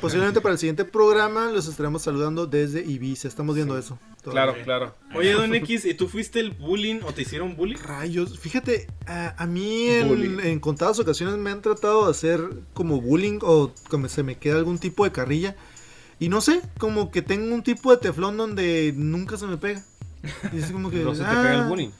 [SPEAKER 2] Posiblemente para el siguiente programa los estaremos saludando desde Ibiza. Estamos viendo eso. Todo.
[SPEAKER 3] claro.
[SPEAKER 5] Oye, Don X, ¿y tú fuiste el bullying o te hicieron bullying?
[SPEAKER 2] Rayos, fíjate, a, a mí en,
[SPEAKER 5] Bullying.
[SPEAKER 2] en contadas ocasiones me han tratado de hacer como bullying o como se me queda algún tipo de carrilla. Y no sé, como que tengo un tipo de teflón donde nunca se me pega. Y es como que,
[SPEAKER 3] *laughs* No se te pega el
[SPEAKER 2] ah,
[SPEAKER 3] bullying.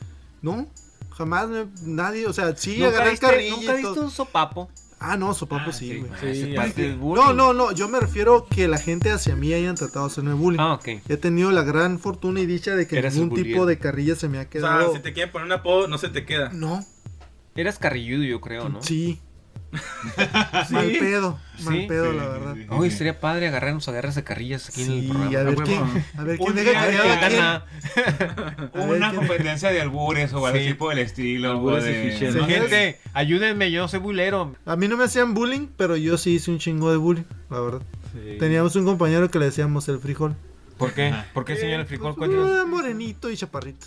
[SPEAKER 2] No, jamás me- nadie, o sea, sí,
[SPEAKER 3] ¿Nunca
[SPEAKER 2] agarré
[SPEAKER 3] viste-
[SPEAKER 2] carrilla.
[SPEAKER 3] nunca
[SPEAKER 2] y todo.
[SPEAKER 3] viste un sopapo?
[SPEAKER 2] Ah, no, sopapo sí, güey.
[SPEAKER 3] ese
[SPEAKER 2] Sí,
[SPEAKER 3] parte
[SPEAKER 2] sí.
[SPEAKER 3] es bullying.
[SPEAKER 2] no, no, no, yo me refiero que la gente hacia mí hayan tratado de hacerme bullying.
[SPEAKER 3] Ah, ok.
[SPEAKER 2] He tenido la gran fortuna y dicha de que
[SPEAKER 3] Eras
[SPEAKER 2] ningún
[SPEAKER 3] el
[SPEAKER 2] tipo
[SPEAKER 3] bullier.
[SPEAKER 2] de carrilla se me ha
[SPEAKER 5] O sea,
[SPEAKER 2] quedado.
[SPEAKER 5] si te quieren poner un apodo, no se te queda.
[SPEAKER 2] No.
[SPEAKER 3] Eras carrilludo, yo creo, ¿no? *laughs*
[SPEAKER 2] Sí. Mal pedo, mal pedo, la verdad.
[SPEAKER 3] Oye, sería padre agarrarnos a guerras de carrillas aquí en el programa.
[SPEAKER 2] a ver
[SPEAKER 3] Ah,
[SPEAKER 2] quién-
[SPEAKER 3] huevo.
[SPEAKER 2] a ver quién
[SPEAKER 3] Un
[SPEAKER 2] deja
[SPEAKER 3] día
[SPEAKER 2] callado a quién.
[SPEAKER 3] gana.
[SPEAKER 7] Una competencia de albures o algo
[SPEAKER 3] Sí.
[SPEAKER 7] tipo del estilo.
[SPEAKER 3] Albures
[SPEAKER 7] o
[SPEAKER 3] y
[SPEAKER 7] de-
[SPEAKER 3] ficheros.
[SPEAKER 7] no sé.
[SPEAKER 3] Gente, ayúdenme, yo soy bulero.
[SPEAKER 2] A mí no me hacían bullying, pero yo sí hice un chingo de bullying, la verdad.
[SPEAKER 3] Sí.
[SPEAKER 2] Teníamos un compañero que le decíamos el frijol.
[SPEAKER 3] ¿Por qué? ¿Por qué, señor el frijol?
[SPEAKER 2] Era morenito y chaparrito.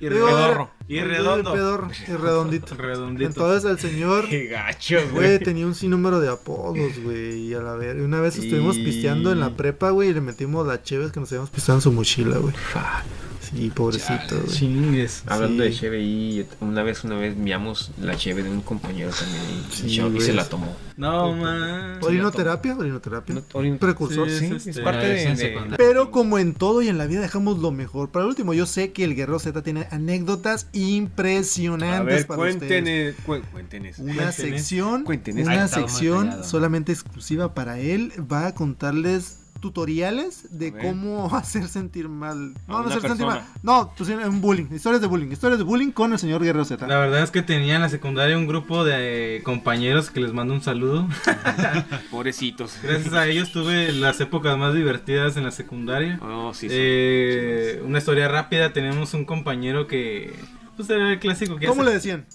[SPEAKER 5] Y
[SPEAKER 2] Digo,
[SPEAKER 5] redondo.
[SPEAKER 2] era-
[SPEAKER 5] Y redondo.
[SPEAKER 2] Y pedorro, y redondito.
[SPEAKER 5] Redondito.
[SPEAKER 2] Entonces el señor.
[SPEAKER 5] Qué gacho, güey.
[SPEAKER 2] Güey, tenía un sinnúmero de apodos, güey. Y a la ver. Una vez estuvimos
[SPEAKER 5] Y-
[SPEAKER 2] pisteando en la prepa, güey, y le metimos las cheves que nos habíamos pisteado en su mochila, güey. Sí, pobrecito, güey.
[SPEAKER 5] Chingues.
[SPEAKER 3] Hablando
[SPEAKER 2] Sí.
[SPEAKER 3] de cheve y una vez, una vez miamos la cheve de un compañero también y,
[SPEAKER 2] Sí,
[SPEAKER 3] y se- y
[SPEAKER 2] güey.
[SPEAKER 3] se la tomó.
[SPEAKER 5] No, man.
[SPEAKER 2] Orinoterapia, orinoterapia. Precursor,
[SPEAKER 5] sí,
[SPEAKER 2] sí.
[SPEAKER 5] es este, adolescencia cuando-
[SPEAKER 2] Pero como en todo y en la vida dejamos lo mejor. Para último, yo sé que el Guerrero Z tiene anécdotas impresionantes
[SPEAKER 3] A ver,
[SPEAKER 2] para
[SPEAKER 3] cuéntenes,
[SPEAKER 2] ustedes.
[SPEAKER 3] cu- cuéntenes.
[SPEAKER 2] Una
[SPEAKER 3] Cuéntenes.
[SPEAKER 2] sección,
[SPEAKER 3] Cuéntenes.
[SPEAKER 2] una sección solamente exclusiva para él. Va a contarles tutoriales de
[SPEAKER 3] ver.
[SPEAKER 2] cómo *laughs* hacer sentir mal.
[SPEAKER 3] A
[SPEAKER 2] No, no
[SPEAKER 3] una
[SPEAKER 2] hacer sentir mal.
[SPEAKER 3] persona.
[SPEAKER 2] No, pues, un bullying. Historias de bullying. Historias de bullying con el señor Guerrero Z.
[SPEAKER 5] La verdad es que tenía en la secundaria un grupo de compañeros que les mando un saludo.
[SPEAKER 3] Pobrecitos.
[SPEAKER 5] Gracias a ellos tuve las épocas más divertidas en la secundaria.
[SPEAKER 3] Oh, sí, sí.
[SPEAKER 5] Eh, una historia rápida, tenemos un compañero que... Pues era el clásico que...
[SPEAKER 2] ¿Cómo
[SPEAKER 5] hace-
[SPEAKER 2] le decían?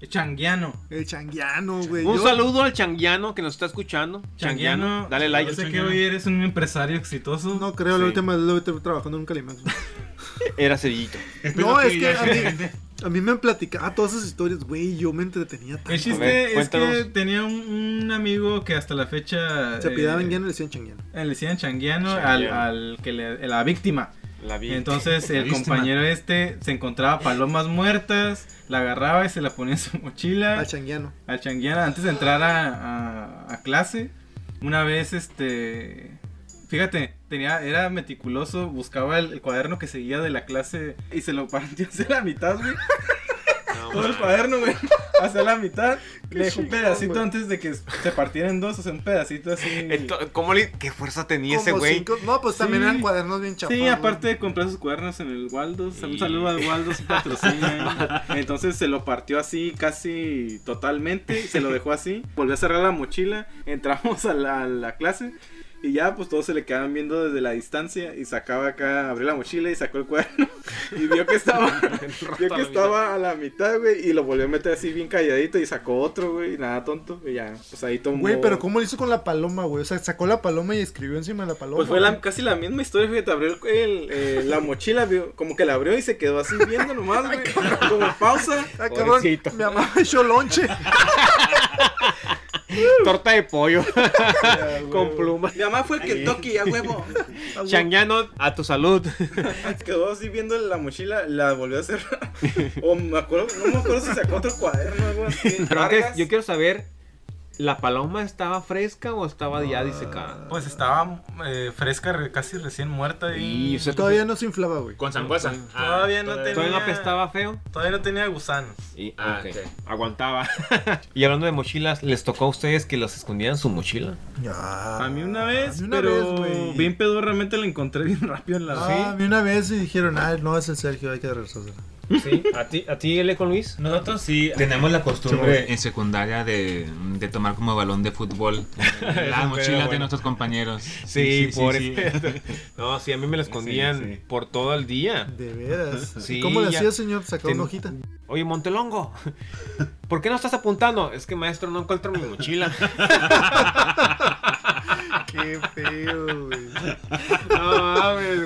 [SPEAKER 5] El changuiano.
[SPEAKER 2] El changuiano, güey.
[SPEAKER 3] Un
[SPEAKER 2] Yo-
[SPEAKER 3] saludo al changuiano que nos está escuchando. Changuiano, dale like.
[SPEAKER 5] Yo sé que hoy eres un empresario exitoso.
[SPEAKER 2] No creo,
[SPEAKER 3] Sí.
[SPEAKER 2] lo último lo estoy trabajando en un Calimax.
[SPEAKER 3] Era cerillito.
[SPEAKER 2] No, es que a mí, a mí me han platicado ah, todas esas historias, güey, y yo me entretenía tanto.
[SPEAKER 5] El chiste es que tenía un, un amigo que hasta la fecha...
[SPEAKER 2] Se
[SPEAKER 5] eh,
[SPEAKER 2] apidaban ya no le decían changuiano.
[SPEAKER 5] Eh, Le decían changuiano al,
[SPEAKER 2] Changuiano.
[SPEAKER 5] al que le- la víctima.
[SPEAKER 3] La víctima.
[SPEAKER 5] Entonces el
[SPEAKER 3] La víctima.
[SPEAKER 5] compañero este se encontraba palomas muertas, la agarraba y se la ponía en su mochila.
[SPEAKER 2] Al changuiano.
[SPEAKER 5] Al changuiano antes de entrar a, a- a clase. Una vez este... Fíjate, tenía, era meticuloso, buscaba el, el cuaderno que seguía de la clase y se lo partió *laughs* hacia la mitad, güey. Todo el cuaderno, güey. Hacia la mitad. Le dejó un
[SPEAKER 3] chingón,
[SPEAKER 5] pedacito
[SPEAKER 3] güey.
[SPEAKER 5] antes de que se partiera en dos, o sea, un pedacito así.
[SPEAKER 3] ¿Cómo le, qué fuerza tenía ese
[SPEAKER 5] Como
[SPEAKER 3] güey?
[SPEAKER 5] cinco-
[SPEAKER 2] No, pues también
[SPEAKER 5] Sí.
[SPEAKER 2] eran cuadernos bien chapados.
[SPEAKER 5] Sí, aparte de comprar sus cuadernos en el Waldo, un saludo al Waldo, su *laughs* patrocina. Entonces se lo partió así, casi totalmente, se lo dejó así, volvió a cerrar la mochila, entramos a la, a la clase y ya pues todos se le quedaban viendo desde la distancia y sacaba acá, abrió la mochila y sacó el cuaderno *laughs* y vio que *laughs* estaba, vio que estaba a la mitad, güey, y lo volvió a meter así bien calladito y sacó otro, güey, nada tonto, y ya, pues ahí tomó.
[SPEAKER 2] Güey, pero ¿cómo lo hizo con la paloma, güey? O sea, sacó la paloma y escribió encima de la paloma.
[SPEAKER 5] Pues fue la-
[SPEAKER 2] güey.
[SPEAKER 5] casi la misma historia, fíjate, abrió el- el, eh, la mochila, vio- como que la abrió y se quedó así viendo nomás, güey, como *laughs* pausa.
[SPEAKER 2] Ah, cabrón, mi mamá me echó
[SPEAKER 3] *laughs*
[SPEAKER 2] lonche.
[SPEAKER 3] Torta de pollo. Con pluma.
[SPEAKER 5] Mi mamá fue el Kentucky, a huevo. A huevo.
[SPEAKER 3] Changuiano, a tu salud.
[SPEAKER 5] Quedó así viendo la mochila, la volvió a cerrar. O me acuerdo, no me acuerdo si sacó otro cuaderno o algo así.
[SPEAKER 3] *laughs* Pero antes, yo quiero saber, ¿la paloma estaba fresca o estaba ya disecada?
[SPEAKER 5] Pues estaba eh, fresca, casi recién muerta
[SPEAKER 3] Y, o sea,
[SPEAKER 2] Todavía no se inflaba, güey.
[SPEAKER 7] Con Ah, sangüesa.
[SPEAKER 5] Ah, Todavía no tenía.
[SPEAKER 3] ¿Todavía no apestaba feo?
[SPEAKER 5] Todavía no tenía gusanos.
[SPEAKER 3] Y,
[SPEAKER 7] Ah,
[SPEAKER 3] ok,
[SPEAKER 7] ok.
[SPEAKER 3] Aguantaba. y hablando de mochilas, ¿les tocó a ustedes que las escondían en su mochila?
[SPEAKER 5] Ah, A mí una vez,
[SPEAKER 2] una
[SPEAKER 5] pero
[SPEAKER 2] vez, güey.
[SPEAKER 5] bien pedo, realmente la encontré bien rápido en la
[SPEAKER 2] Ah, a mí una vez y dijeron, ah, no, es el Sergio, hay que regresársela.
[SPEAKER 3] Sí, ¿a ti, a ti L con Luis?
[SPEAKER 7] Nosotros sí tenemos la costumbre en secundaria de, de tomar como balón de fútbol
[SPEAKER 3] Eso
[SPEAKER 7] la mochila
[SPEAKER 3] era
[SPEAKER 7] de
[SPEAKER 3] bueno.
[SPEAKER 7] nuestros compañeros.
[SPEAKER 3] Sí, por
[SPEAKER 7] sí.
[SPEAKER 3] *laughs* No, sí, a mí me la escondían
[SPEAKER 7] Sí, sí.
[SPEAKER 3] por todo el día.
[SPEAKER 2] De veras.
[SPEAKER 3] *laughs* Sí,
[SPEAKER 2] ¿Y ¿Cómo le
[SPEAKER 3] ya-
[SPEAKER 2] hacía, señor? Sacaba
[SPEAKER 3] Ten-
[SPEAKER 2] una
[SPEAKER 3] *laughs*
[SPEAKER 2] hojita.
[SPEAKER 3] Oye, Montelongo, *laughs* ¿por qué no estás apuntando? Es que maestro, no encuentro mi *laughs* mochila.
[SPEAKER 2] Qué feo, güey.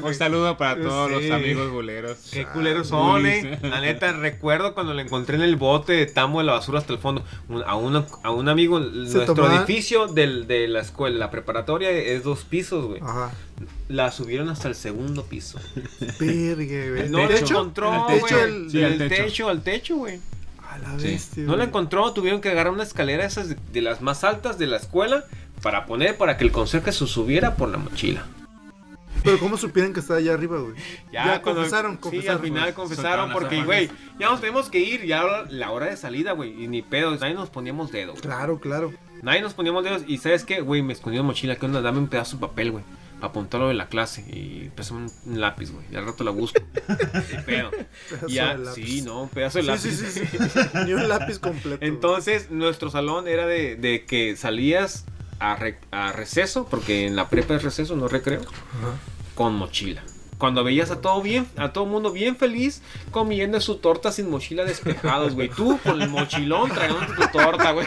[SPEAKER 7] Un saludo para todos
[SPEAKER 3] Sí.
[SPEAKER 7] los amigos Ah, boleros.
[SPEAKER 3] Qué culeros son, eh. La neta, recuerdo cuando le encontré en el bote de Tamo de la basura hasta el fondo. Un- a, uno- a un amigo, nuestro
[SPEAKER 2] tomaba-
[SPEAKER 3] edificio del- de la escuela, la preparatoria es dos pisos, güey.
[SPEAKER 2] Ajá.
[SPEAKER 3] La subieron hasta el segundo piso.
[SPEAKER 2] Verga, güey.
[SPEAKER 3] No
[SPEAKER 2] ¿El
[SPEAKER 3] la
[SPEAKER 2] techo?
[SPEAKER 3] encontró,
[SPEAKER 2] ¿El
[SPEAKER 3] güey.
[SPEAKER 2] techo? El-
[SPEAKER 3] Del
[SPEAKER 2] del
[SPEAKER 3] techo.
[SPEAKER 2] techo.
[SPEAKER 3] al techo, güey.
[SPEAKER 2] A la bestia,
[SPEAKER 3] No la
[SPEAKER 2] güey.
[SPEAKER 3] encontró, tuvieron que agarrar una escalera esas de, de las más altas de la escuela para poner para que el conserje se subiera por la mochila.
[SPEAKER 2] Pero ¿cómo supieron que estaba allá arriba, güey?
[SPEAKER 3] Ya, cuando-
[SPEAKER 2] confesaron,
[SPEAKER 3] sí,
[SPEAKER 2] confesaron. pues.
[SPEAKER 3] al final confesaron
[SPEAKER 7] Soltaron las
[SPEAKER 3] porque,
[SPEAKER 7] armas.
[SPEAKER 3] güey, ya nos tenemos que ir, ya era la hora de salida, güey, y ni pedo, nadie nos poníamos dedo. güey.
[SPEAKER 2] Claro, claro.
[SPEAKER 3] Nadie nos poníamos dedos y ¿sabes qué? Güey, me escondí en la mochila, ¿qué onda? Dame un pedazo de papel, güey, para apuntarlo de la clase y pésame un, un lápiz, güey, y al rato la busco. Ni pedo.
[SPEAKER 2] Pedazo
[SPEAKER 3] Ya,
[SPEAKER 2] de lápiz.
[SPEAKER 3] sí, no, un pedazo de
[SPEAKER 2] Sí,
[SPEAKER 3] lápiz.
[SPEAKER 2] sí, sí, sí.
[SPEAKER 3] *laughs*
[SPEAKER 2] Ni un lápiz completo. güey.
[SPEAKER 3] Entonces, nuestro salón era de, de que salías a, re- a receso, porque en la prepa es receso, no recreo, con mochila. Cuando veías a todo bien, a todo mundo bien feliz comiendo su torta sin mochila despejados, güey. Tú con el mochilón tragándote tu torta, güey.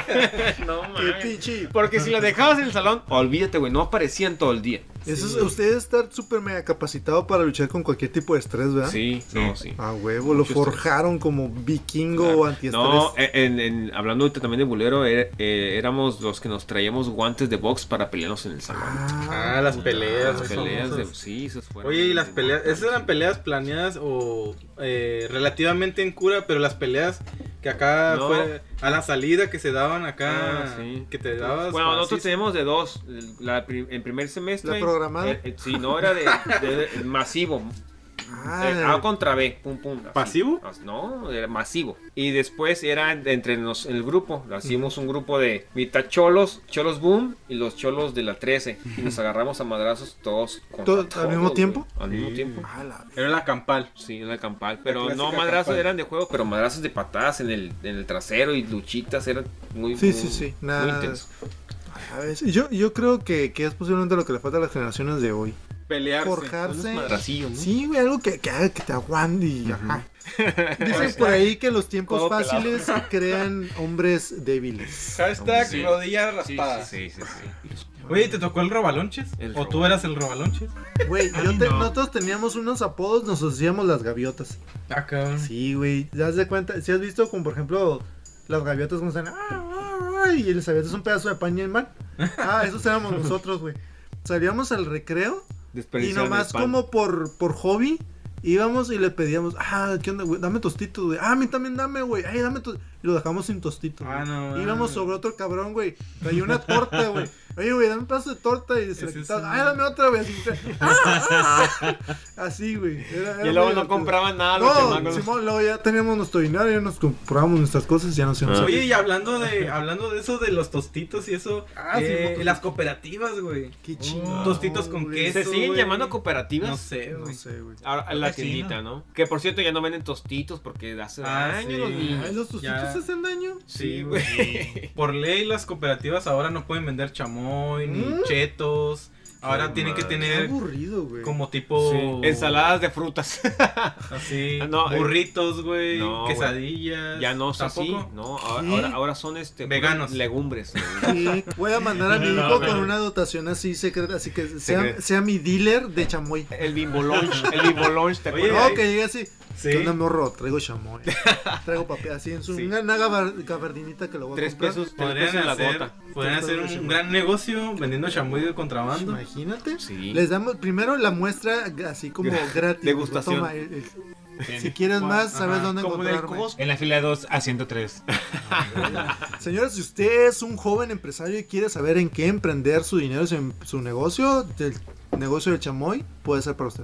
[SPEAKER 3] No mames. Porque si la dejabas en el salón, olvídate, güey, no aparecían todo el día.
[SPEAKER 2] Eso es, usted debe estar súper mega capacitado para luchar con cualquier tipo de estrés, ¿verdad?
[SPEAKER 3] Sí, no, sí.
[SPEAKER 2] A huevo, lo
[SPEAKER 3] Mucho estrés.
[SPEAKER 2] forjaron como vikingo antiestrés.
[SPEAKER 3] No, eh, en- en- hablando ahorita también de bulero, eh, eh, éramos los que nos traíamos guantes de box para pelearnos en el salón. eh,
[SPEAKER 5] Ah, las peleas.
[SPEAKER 3] Las
[SPEAKER 5] muy
[SPEAKER 3] peleas de,
[SPEAKER 5] famosas.
[SPEAKER 3] sí, esas fueron.
[SPEAKER 5] Oye, y las peleas, esas eran peleas planeadas o eh, relativamente en cura, pero las peleas que acá
[SPEAKER 3] No.
[SPEAKER 5] fue a la salida que se daban acá,
[SPEAKER 3] Ah, sí.
[SPEAKER 5] que te dabas.
[SPEAKER 3] Bueno,
[SPEAKER 5] ah,
[SPEAKER 3] nosotros
[SPEAKER 5] sí,
[SPEAKER 3] tenemos de dos. La pri- en primer
[SPEAKER 5] ¿La
[SPEAKER 3] semestre.
[SPEAKER 5] programada?
[SPEAKER 3] eh, eh, sí, no, era de, de- de- masivo.
[SPEAKER 2] *laughs* Ah.
[SPEAKER 3] Eh, A contra B, pum, pum. así.
[SPEAKER 5] ¿Pasivo?
[SPEAKER 3] As- No, era masivo. Y después era entre nos, el grupo. Hacíamos un grupo de mitad cholos, cholos boom y los cholos de la 13. Y
[SPEAKER 2] *laughs*
[SPEAKER 3] nos agarramos a madrazos todos. contra
[SPEAKER 2] ¿Todo- al
[SPEAKER 3] todos,
[SPEAKER 2] mismo
[SPEAKER 3] güey,
[SPEAKER 2] tiempo?
[SPEAKER 3] Al mismo tiempo.
[SPEAKER 5] Era la campal.
[SPEAKER 3] Sí, era la campal. Pero
[SPEAKER 5] La
[SPEAKER 3] no
[SPEAKER 5] clásica
[SPEAKER 3] madrazos
[SPEAKER 5] campal.
[SPEAKER 3] eran de juego, pero madrazos de patadas en el, en el trasero y luchitas eran muy
[SPEAKER 2] Sí,
[SPEAKER 3] muy-
[SPEAKER 2] sí, sí,
[SPEAKER 3] muy
[SPEAKER 2] nada.
[SPEAKER 3] intenso.
[SPEAKER 2] A veces- Yo, yo creo que, que es posiblemente lo que le falta a las generaciones de hoy.
[SPEAKER 3] Pelearse.
[SPEAKER 2] Forjarse.
[SPEAKER 3] unos madrazillos, ¿no?
[SPEAKER 2] Sí, güey, algo que, que haga que te aguante y
[SPEAKER 3] *laughs*
[SPEAKER 2] ajá. Dicen por ahí que los tiempos
[SPEAKER 5] Codo pelado.
[SPEAKER 2] fáciles crean hombres débiles.
[SPEAKER 5] Hashtag
[SPEAKER 2] Sí.
[SPEAKER 5] rodilla raspada.
[SPEAKER 3] Sí, sí, sí.
[SPEAKER 5] Oye, ¿te tocó el robalonches? ¿O tú eras el robalonches?
[SPEAKER 2] Güey, yo te- nosotros teníamos unos apodos, nos hacíamos las gaviotas.
[SPEAKER 5] Ah, cabrón.
[SPEAKER 2] Sí, güey. ¿Te das de cuenta? Si has visto como por ejemplo las gaviotas como están. "Ah, ah, ah", Y les avientas un pedazo de paña en man. Ah, esos éramos nosotros, güey. Salíamos al recreo y
[SPEAKER 3] Desperdiciaron
[SPEAKER 2] nomás
[SPEAKER 3] el pan.
[SPEAKER 2] como por, por hobby íbamos y le pedíamos, ah, ¿qué onda, güey? Dame tostito, güey. Ah, a mí también dame, güey. Ay, dame tostito. Y lo dejamos sin tostito. Ah,
[SPEAKER 5] no.
[SPEAKER 2] Íbamos sobre otro cabrón, güey. Traía una torta, güey. Oye, güey, dame un pedazo de torta y se la quitaba. Ay, dame otra, güey. Así, ah, ah, ah. Así, *laughs* güey. Era- era muy
[SPEAKER 3] Y luego no
[SPEAKER 2] divertido.
[SPEAKER 3] compraban nada los
[SPEAKER 2] No,
[SPEAKER 3] chamacos.
[SPEAKER 2] Simón, luego ya teníamos nuestro dinero, ya nos comprábamos nuestras cosas, ya nos íbamos a-
[SPEAKER 5] Ah. Oye, y hablando de, hablando de eso de los tostitos y eso,
[SPEAKER 3] Ah,
[SPEAKER 5] eh,
[SPEAKER 3] sí, tostitos.
[SPEAKER 5] las cooperativas, güey.
[SPEAKER 2] Qué
[SPEAKER 5] chido. Tostitos con
[SPEAKER 3] güey.
[SPEAKER 5] queso.
[SPEAKER 3] ¿Se siguen
[SPEAKER 5] güey.
[SPEAKER 3] llamando cooperativas?
[SPEAKER 5] No sé, güey.
[SPEAKER 3] Ahora, a la
[SPEAKER 5] Sí,
[SPEAKER 3] tiendita, ¿no? Que por cierto ya no venden tostitos porque hace
[SPEAKER 5] Ah,
[SPEAKER 3] daño
[SPEAKER 5] sí.
[SPEAKER 3] los niños.
[SPEAKER 5] Ay, los tostitos Ya. Eh.
[SPEAKER 2] hacen daño?
[SPEAKER 5] Sí, güey. Por ley, las cooperativas ahora no pueden vender chamoy, ni
[SPEAKER 2] ¿Mm?
[SPEAKER 5] chetos. Ahora
[SPEAKER 3] Qué
[SPEAKER 5] tienen que
[SPEAKER 3] madre.
[SPEAKER 5] tener
[SPEAKER 2] Qué aburrido, güey.
[SPEAKER 5] como tipo.
[SPEAKER 3] Sí, Ensaladas de frutas. *laughs*
[SPEAKER 5] Así.
[SPEAKER 3] No, eh,
[SPEAKER 5] burritos, güey.
[SPEAKER 3] no, güey.
[SPEAKER 5] quesadillas.
[SPEAKER 3] Ya no es así,
[SPEAKER 5] ¿Tampoco?
[SPEAKER 3] no, ahora,
[SPEAKER 2] ¿Qué?
[SPEAKER 3] ahora- ahora son este
[SPEAKER 5] Veganos.
[SPEAKER 3] legumbres.
[SPEAKER 2] Sí, voy a mandar a mi
[SPEAKER 3] No,
[SPEAKER 2] hijo
[SPEAKER 3] güey.
[SPEAKER 2] con una dotación así secreta, así que sea,
[SPEAKER 3] Secreta.
[SPEAKER 2] sea mi dealer de chamoy.
[SPEAKER 3] El bimbo lunch, el bimbo lunch, ¿te
[SPEAKER 2] Oye,
[SPEAKER 3] acuerdas?
[SPEAKER 2] no, que llegue así.
[SPEAKER 3] Sí.
[SPEAKER 2] ¿Qué onda, morro? Traigo
[SPEAKER 3] *laughs*
[SPEAKER 2] chamoy. Traigo papel así en su una, una gabar- gabardinita que lo voy a
[SPEAKER 3] Tres
[SPEAKER 2] comprar.
[SPEAKER 3] pesos, tres
[SPEAKER 5] Podrían
[SPEAKER 3] pesos la
[SPEAKER 5] hacer,
[SPEAKER 3] gota.
[SPEAKER 5] podrían hacer un gran negocio vendiendo chamoy de contrabando.
[SPEAKER 2] Imagínate.
[SPEAKER 3] Sí.
[SPEAKER 2] Les damos primero la muestra así como
[SPEAKER 7] Gra-
[SPEAKER 2] gratis.
[SPEAKER 7] degustación.
[SPEAKER 2] Toma, eh, eh, si quieres más, sabes dónde encontrarme.
[SPEAKER 7] En la fila 2 a 103.
[SPEAKER 2] Señores, si usted es un joven empresario y quiere saber en qué emprender su dinero, su, su negocio, el negocio del chamoy, puede ser para usted.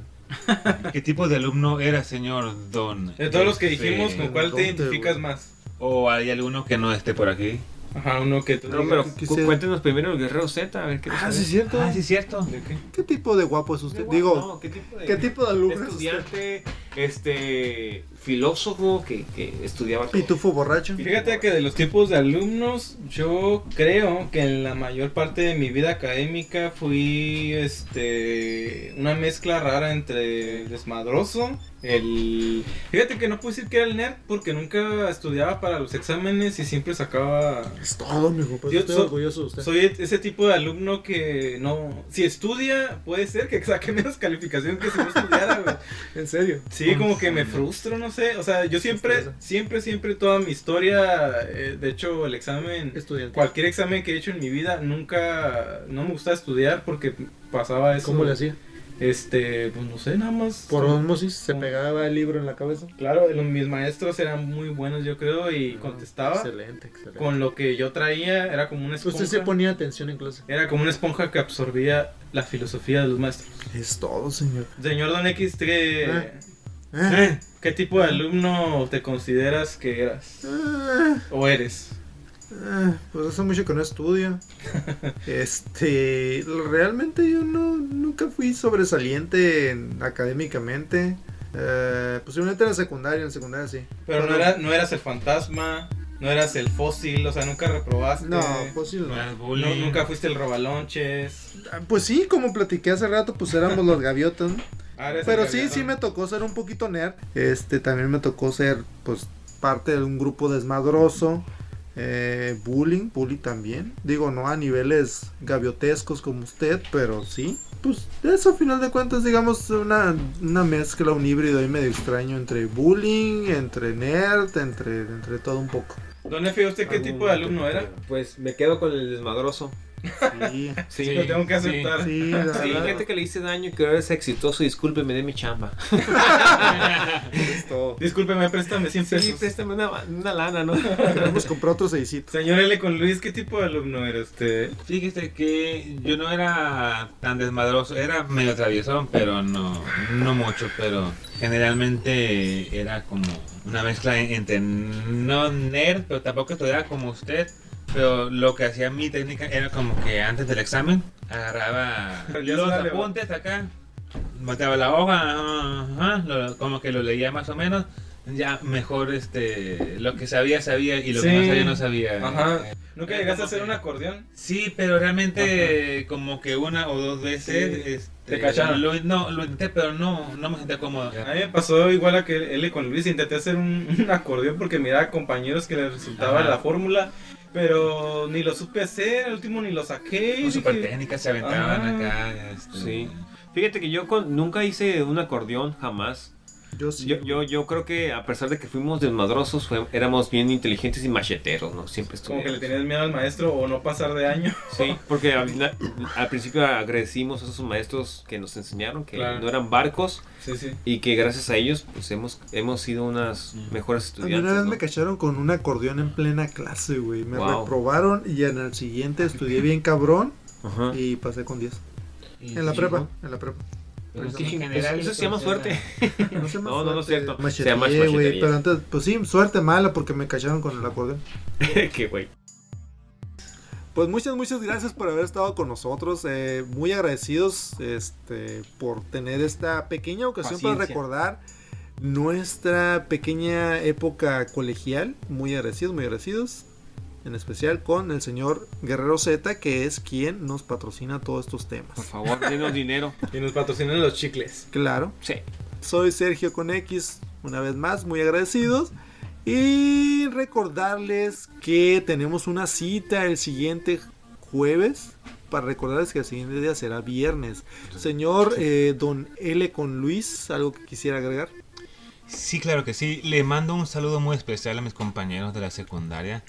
[SPEAKER 7] ¿Qué tipo de alumno era, señor Don?
[SPEAKER 5] De todos los que
[SPEAKER 7] Este,
[SPEAKER 5] dijimos, pues. ¿con cuál te identificas más?
[SPEAKER 7] ¿O hay alguno que no esté por aquí?
[SPEAKER 5] Ajá, uno que
[SPEAKER 3] No, pero cu- cuéntenos primero el Guerrero Z, a ver qué nos
[SPEAKER 2] Ah,
[SPEAKER 3] sale.
[SPEAKER 2] sí, es cierto.
[SPEAKER 7] Ah, sí, es cierto.
[SPEAKER 3] ¿De qué?
[SPEAKER 2] ¿Qué tipo de guapo es usted?
[SPEAKER 3] guapo,
[SPEAKER 2] Digo,
[SPEAKER 3] no, ¿qué tipo de-
[SPEAKER 2] ¿qué tipo de alumno es usted?
[SPEAKER 3] Estudiante, este, filósofo que, que estudiaba todo.
[SPEAKER 2] Pitufo borracho.
[SPEAKER 5] Fíjate que de los tipos de alumnos, yo creo que en la mayor parte de mi vida académica fui este una mezcla rara entre el desmadroso, el fíjate que no puedo decir que era el nerd porque nunca estudiaba para los exámenes y siempre sacaba
[SPEAKER 2] Es todo, mijo. Pues
[SPEAKER 5] Yo
[SPEAKER 2] estoy
[SPEAKER 5] so-
[SPEAKER 2] orgulloso de usted.
[SPEAKER 5] Soy e- ese tipo de alumno que no. Si estudia, puede ser que saque menos calificación que si no estudiara, güey.
[SPEAKER 2] ¿En serio?
[SPEAKER 5] Sí, como que me frustro, no sé. O sea, yo siempre, siempre, siempre toda mi historia, eh, de hecho, el examen. Cualquier examen que he hecho en mi vida, nunca. No me gustaba estudiar porque pasaba eso.
[SPEAKER 2] ¿Cómo le hacía?
[SPEAKER 5] Este, pues no sé, nada más.
[SPEAKER 2] Por osmosis se pegaba el libro en la cabeza.
[SPEAKER 5] Claro, los- mis maestros eran muy buenos, yo creo, y contestaba.
[SPEAKER 2] Excelente, excelente.
[SPEAKER 5] Con lo que yo traía, era como una esponja.
[SPEAKER 2] Usted se ponía atención en clase.
[SPEAKER 5] Era como una esponja que absorbía la filosofía de los maestros.
[SPEAKER 2] Es todo, señor.
[SPEAKER 5] Señor Don X, ¿qué,
[SPEAKER 2] Eh. ah.
[SPEAKER 5] Eh, ¿qué tipo de alumno te consideras que eras?
[SPEAKER 2] Eh.
[SPEAKER 5] ¿O eres?
[SPEAKER 2] Ah, pues hace mucho que
[SPEAKER 5] *laughs*
[SPEAKER 2] no estudio. este, realmente yo no, nunca fui sobresaliente en- académicamente. Eh, posiblemente en la secundaria, en la secundaria sí.
[SPEAKER 5] Pero no,
[SPEAKER 2] Cuando-
[SPEAKER 5] era, no eras el fantasma, no eras el fósil, o sea, nunca reprobaste.
[SPEAKER 2] No, fósil no.
[SPEAKER 7] eras bullying.
[SPEAKER 5] No,
[SPEAKER 7] *laughs*
[SPEAKER 5] Nunca fuiste el robalonches.
[SPEAKER 2] Ah, Pues sí, como platiqué hace rato, pues éramos
[SPEAKER 3] *laughs*
[SPEAKER 2] los gaviotas. ¿no?
[SPEAKER 5] Ah, eres el
[SPEAKER 2] Pero sí,
[SPEAKER 5] gaviota.
[SPEAKER 2] sí me tocó ser un poquito nerd. Este, también me tocó ser, pues, parte de un grupo desmadroso. Eh, bullying, bullying también. Digo, no a niveles gaviotescos como usted, pero sí. Pues eso a final de cuentas, digamos, una, una mezcla, un híbrido ahí medio extraño entre bullying, entre nerd, entre, entre todo un poco.
[SPEAKER 5] Don Efe, ¿usted qué tipo de alumno era?
[SPEAKER 3] Pues me quedo con el desmadroso. *laughs*
[SPEAKER 2] Sí,
[SPEAKER 5] Sí, lo tengo que aceptar.
[SPEAKER 3] Sí,
[SPEAKER 5] Sí,
[SPEAKER 3] gente que le hice daño y que ahora es exitoso. Discúlpeme de mi chamba.
[SPEAKER 5] Discúlpeme, préstame 100 pesos.
[SPEAKER 3] Sí, préstame una, una lana, ¿no? *laughs*
[SPEAKER 2] Hemos comprado otros seisitos.
[SPEAKER 5] Señor L. con Luis, ¿qué tipo de alumno era usted?
[SPEAKER 7] Fíjese que yo no era tan desmadroso, era medio traviesón, pero no, no mucho, pero generalmente era como una mezcla en- entre no nerd, pero tampoco estudiaba como usted. Pero lo que hacía mi técnica era como que antes del examen
[SPEAKER 5] *laughs*
[SPEAKER 7] agarraba los apuntes acá, mataba la hoja, ajá, lo- como que lo leía más o menos. Ya mejor este lo que sabía sabía y lo que no
[SPEAKER 5] Sí.
[SPEAKER 7] sabía no sabía.
[SPEAKER 5] Ajá. ¿Nunca llegaste a hacer un acordeón?
[SPEAKER 7] Sí, pero realmente como que una o dos veces
[SPEAKER 5] Sí.
[SPEAKER 7] este,
[SPEAKER 5] Te cacharon.
[SPEAKER 7] Lo, no, lo intenté, pero no, no me senté cómodo.
[SPEAKER 5] A mí me pasó igual a que L con Luis, intenté hacer un, *laughs* un acordeón porque miraba compañeros que les resultaba
[SPEAKER 7] Ajá.
[SPEAKER 5] la fórmula, pero ni lo supe hacer, al último ni lo saqué.
[SPEAKER 7] Con
[SPEAKER 5] dije,
[SPEAKER 7] super técnicas se aventaban
[SPEAKER 5] Ah.
[SPEAKER 7] acá. este,
[SPEAKER 3] Sí. Fíjate que yo con- nunca hice un acordeón, jamás.
[SPEAKER 2] Yo
[SPEAKER 3] Yo, yo, creo que a pesar de que fuimos desmadrosos, fue- éramos bien inteligentes y macheteros, ¿no? Siempre
[SPEAKER 5] Como
[SPEAKER 3] estuvimos.
[SPEAKER 5] que le tenías miedo al maestro o no pasar de año.
[SPEAKER 3] Sí, porque al, final- al principio agradecimos a esos maestros que nos enseñaron que
[SPEAKER 5] Claro.
[SPEAKER 3] no eran barcos
[SPEAKER 5] Sí, sí.
[SPEAKER 3] y que gracias a ellos pues hemos, hemos sido unas mejores
[SPEAKER 2] A mí una
[SPEAKER 3] estudiantes.
[SPEAKER 2] vez
[SPEAKER 3] ¿no?
[SPEAKER 2] me cacharon con un acordeón en plena clase, güey. Me
[SPEAKER 3] Wow.
[SPEAKER 2] reprobaron y en el siguiente estudié bien cabrón y pasé con 10.
[SPEAKER 3] Y
[SPEAKER 2] En la
[SPEAKER 3] sí,
[SPEAKER 2] prepa,
[SPEAKER 3] ¿no?
[SPEAKER 2] en la
[SPEAKER 3] *laughs*
[SPEAKER 2] prepa.
[SPEAKER 3] Pero
[SPEAKER 2] Precisamente.
[SPEAKER 3] sí, en general, Eso- eso se llama entonces, *laughs* suerte.
[SPEAKER 2] No, se llama
[SPEAKER 3] No, no, no es
[SPEAKER 2] suerte.
[SPEAKER 3] cierto. Se
[SPEAKER 2] Macheteé,
[SPEAKER 3] llama
[SPEAKER 2] güey.
[SPEAKER 3] machetería.
[SPEAKER 2] Pero antes, pues sí, suerte mala porque me cacharon con el acordeón.
[SPEAKER 3] Qué güey.
[SPEAKER 2] Pues muchas, muchas gracias por haber estado con nosotros. eh, muy agradecidos este, por tener esta pequeña ocasión para
[SPEAKER 15] Paciencia.
[SPEAKER 2] recordar nuestra pequeña época colegial. Muy agradecidos, muy agradecidos. En especial con el señor Guerrero Z, que es quien nos patrocina todos estos temas. Por
[SPEAKER 3] favor, denos dinero.
[SPEAKER 5] Y nos patrocinan los chicles.
[SPEAKER 2] Claro.
[SPEAKER 3] Sí.
[SPEAKER 2] Soy Sergio con X, una vez más, muy agradecidos. Y recordarles que tenemos una cita el siguiente jueves. Para recordarles que el siguiente día será viernes. Señor eh, Don L con Luis, algo que quisiera agregar.
[SPEAKER 7] Sí, claro que sí. Le mando un saludo muy especial a mis compañeros de la secundaria.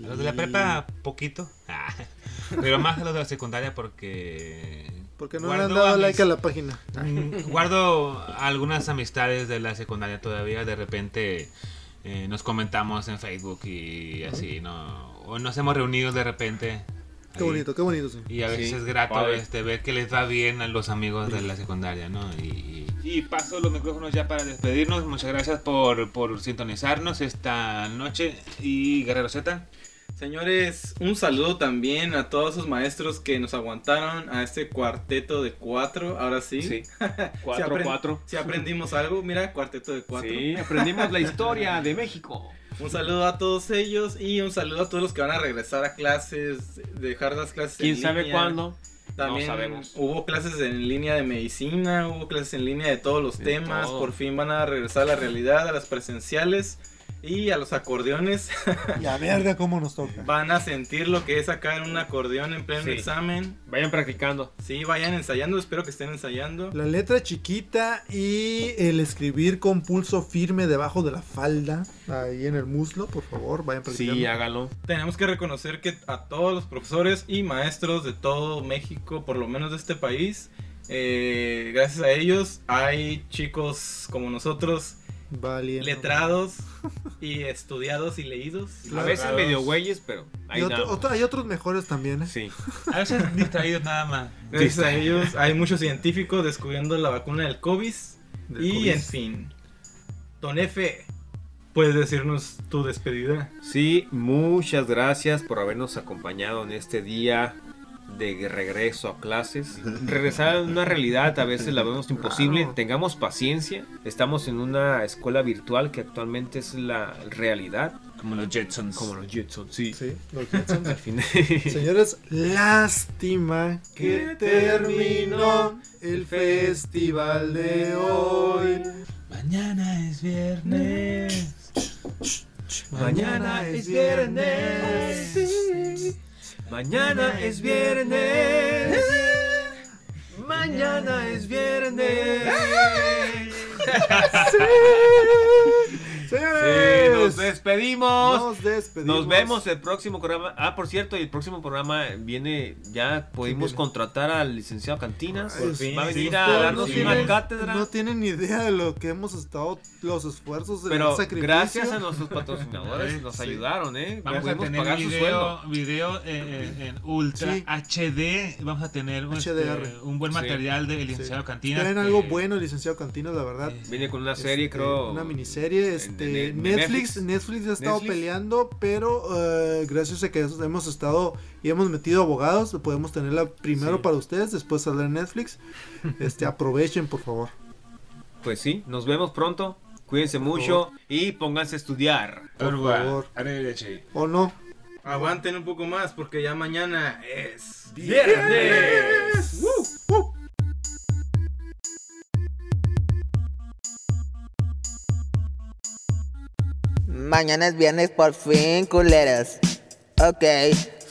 [SPEAKER 7] Los de la prepa, poquito. Ah, *laughs* Pero más a los de la secundaria porque.
[SPEAKER 2] Porque no le
[SPEAKER 7] guardo
[SPEAKER 2] han dado
[SPEAKER 7] a
[SPEAKER 2] like
[SPEAKER 7] mis-
[SPEAKER 2] a la página.
[SPEAKER 7] Mm, Guardo algunas amistades de la secundaria todavía. De repente eh, nos comentamos en Facebook y así, ¿no? O nos hemos reunido de repente.
[SPEAKER 2] Qué
[SPEAKER 7] ahí.
[SPEAKER 2] bonito, qué bonito, sí.
[SPEAKER 7] Y a veces
[SPEAKER 2] Sí,
[SPEAKER 7] es grato
[SPEAKER 2] padre.
[SPEAKER 7] este, ver que les va bien a los amigos de la secundaria, ¿no? Y, y paso los micrófonos ya para despedirnos. Muchas gracias por, por sintonizarnos esta noche. Y Guerrero Z.
[SPEAKER 5] Señores, un saludo también a todos esos maestros que nos aguantaron a este cuarteto de cuatro, ahora sí.
[SPEAKER 3] *laughs* Sí.
[SPEAKER 5] Si
[SPEAKER 3] Cuatro,
[SPEAKER 5] aprend-
[SPEAKER 3] cuatro.
[SPEAKER 5] Si
[SPEAKER 3] *laughs*
[SPEAKER 5] aprendimos algo, mira, cuarteto de cuatro.
[SPEAKER 3] Sí, aprendimos la historia de México.
[SPEAKER 5] Un saludo a todos ellos y un saludo a todos los que van a regresar a clases, dejar las clases
[SPEAKER 3] *laughs* ¿Quién
[SPEAKER 5] en
[SPEAKER 3] sabe
[SPEAKER 5] línea.
[SPEAKER 3] cuándo?
[SPEAKER 5] También
[SPEAKER 3] No sabemos.
[SPEAKER 5] hubo clases en línea de medicina, hubo clases en línea de todos los
[SPEAKER 3] De
[SPEAKER 5] temas,
[SPEAKER 3] todo.
[SPEAKER 5] por fin van a regresar a la realidad, a las presenciales y a los acordeones.
[SPEAKER 2] Y a verga cómo nos toca.
[SPEAKER 5] Van a sentir lo que es sacar un acordeón en pleno
[SPEAKER 3] Sí.
[SPEAKER 5] examen.
[SPEAKER 3] Vayan practicando.
[SPEAKER 5] Sí, vayan ensayando, espero que estén ensayando.
[SPEAKER 2] La letra chiquita y el escribir con pulso firme debajo de la falda, ahí en el muslo, por favor, vayan practicando.
[SPEAKER 3] hágalo.
[SPEAKER 5] Tenemos que reconocer que a todos los profesores y maestros de todo México, por lo menos de este país, eh, gracias a ellos hay chicos como nosotros,
[SPEAKER 2] Valiendo.
[SPEAKER 5] letrados y estudiados y leídos.
[SPEAKER 3] A veces medio güeyes, pero
[SPEAKER 2] Y
[SPEAKER 3] ahí
[SPEAKER 2] otro-
[SPEAKER 3] nada.
[SPEAKER 2] otro- hay otros mejores también, ¿eh?
[SPEAKER 3] Sí.
[SPEAKER 7] A veces distraídos nada más.
[SPEAKER 5] Gracias a ellos hay muchos científicos descubriendo la vacuna del COVID.
[SPEAKER 7] Del
[SPEAKER 5] y
[SPEAKER 7] COVID.
[SPEAKER 5] en fin, Don Efe, puedes decirnos tu despedida.
[SPEAKER 3] Sí, muchas gracias por habernos acompañado en este día de regreso a *laughs* clases. Regresar a una realidad a veces la vemos imposible.
[SPEAKER 16] Claro.
[SPEAKER 3] Tengamos paciencia. Estamos en una escuela virtual que actualmente es la realidad.
[SPEAKER 7] Como los Jetsons.
[SPEAKER 3] Como los Jetsons, sí. *laughs*
[SPEAKER 2] los Jetsons.
[SPEAKER 3] Al final.
[SPEAKER 2] Señores, lástima que terminó el festival de hoy.
[SPEAKER 7] Mañana es viernes.
[SPEAKER 3] *laughs* Mañana es viernes. Mañana es viernes. Mañana es viernes. Sí, nos despedimos.
[SPEAKER 2] Nos despedimos.
[SPEAKER 3] Nos vemos el próximo programa. Ah, por cierto, el próximo programa viene. Ya pudimos contratar al licenciado Cantinas.
[SPEAKER 2] Ay,
[SPEAKER 3] Va a
[SPEAKER 2] sí,
[SPEAKER 3] venir
[SPEAKER 2] sí,
[SPEAKER 3] a
[SPEAKER 2] ustedes
[SPEAKER 3] darnos
[SPEAKER 2] no
[SPEAKER 3] una
[SPEAKER 2] tienen-
[SPEAKER 3] cátedra.
[SPEAKER 2] No tienen ni idea de lo que hemos estado, los esfuerzos, el
[SPEAKER 3] Pero
[SPEAKER 2] sacrificio.
[SPEAKER 3] gracias a nuestros patrocinadores nos ayudaron, ¿eh?
[SPEAKER 7] Vamos a
[SPEAKER 3] Pudimos
[SPEAKER 7] tener
[SPEAKER 3] pagar su
[SPEAKER 7] video,
[SPEAKER 3] sueldo.
[SPEAKER 7] video en, en- en Ultra
[SPEAKER 3] Sí.
[SPEAKER 7] HD. Vamos a tener un,
[SPEAKER 2] HDR.
[SPEAKER 7] este, un buen
[SPEAKER 2] Sí.
[SPEAKER 7] material del licenciado eh, Cantinas.
[SPEAKER 2] Traen
[SPEAKER 7] que-
[SPEAKER 2] algo bueno, el licenciado Cantinas, la verdad.
[SPEAKER 3] Viene con una serie,
[SPEAKER 2] Este,
[SPEAKER 3] creo.
[SPEAKER 2] Una miniserie, este,
[SPEAKER 3] de
[SPEAKER 2] Netflix,
[SPEAKER 3] Netflix.
[SPEAKER 2] Netflix ha estado
[SPEAKER 3] Netflix.
[SPEAKER 2] peleando, pero eh, gracias a que hemos estado y hemos metido abogados, podemos tenerla primero para ustedes, después saldrá en Netflix. Este, *laughs* aprovechen, por favor.
[SPEAKER 3] Pues sí, nos vemos pronto. Cuídense mucho y pónganse a estudiar.
[SPEAKER 2] Por favor. O no.
[SPEAKER 5] Aguanten un poco más porque ya mañana es
[SPEAKER 3] Viernes.
[SPEAKER 5] viernes.
[SPEAKER 9] Mañana es viernes por fin, culeros. Ok,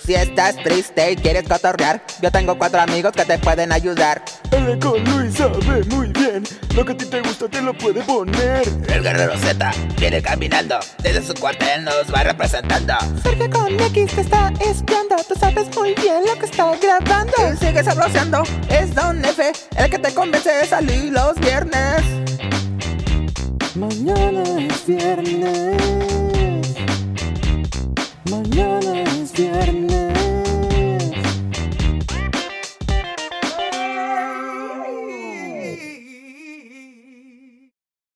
[SPEAKER 9] si estás triste y quieres cotorrear, yo tengo cuatro amigos que te pueden ayudar.
[SPEAKER 11] El con Luis sabe muy bien lo que a ti te gusta te lo puede poner.
[SPEAKER 17] El guerrero Z viene caminando, desde su cuartel nos va representando.
[SPEAKER 11] Sergio con X te está espiando, tú sabes muy bien lo que está grabando.
[SPEAKER 9] Él sigue sabroseando, es Don F, el que te convence de salir los viernes.
[SPEAKER 11] Mañana es viernes.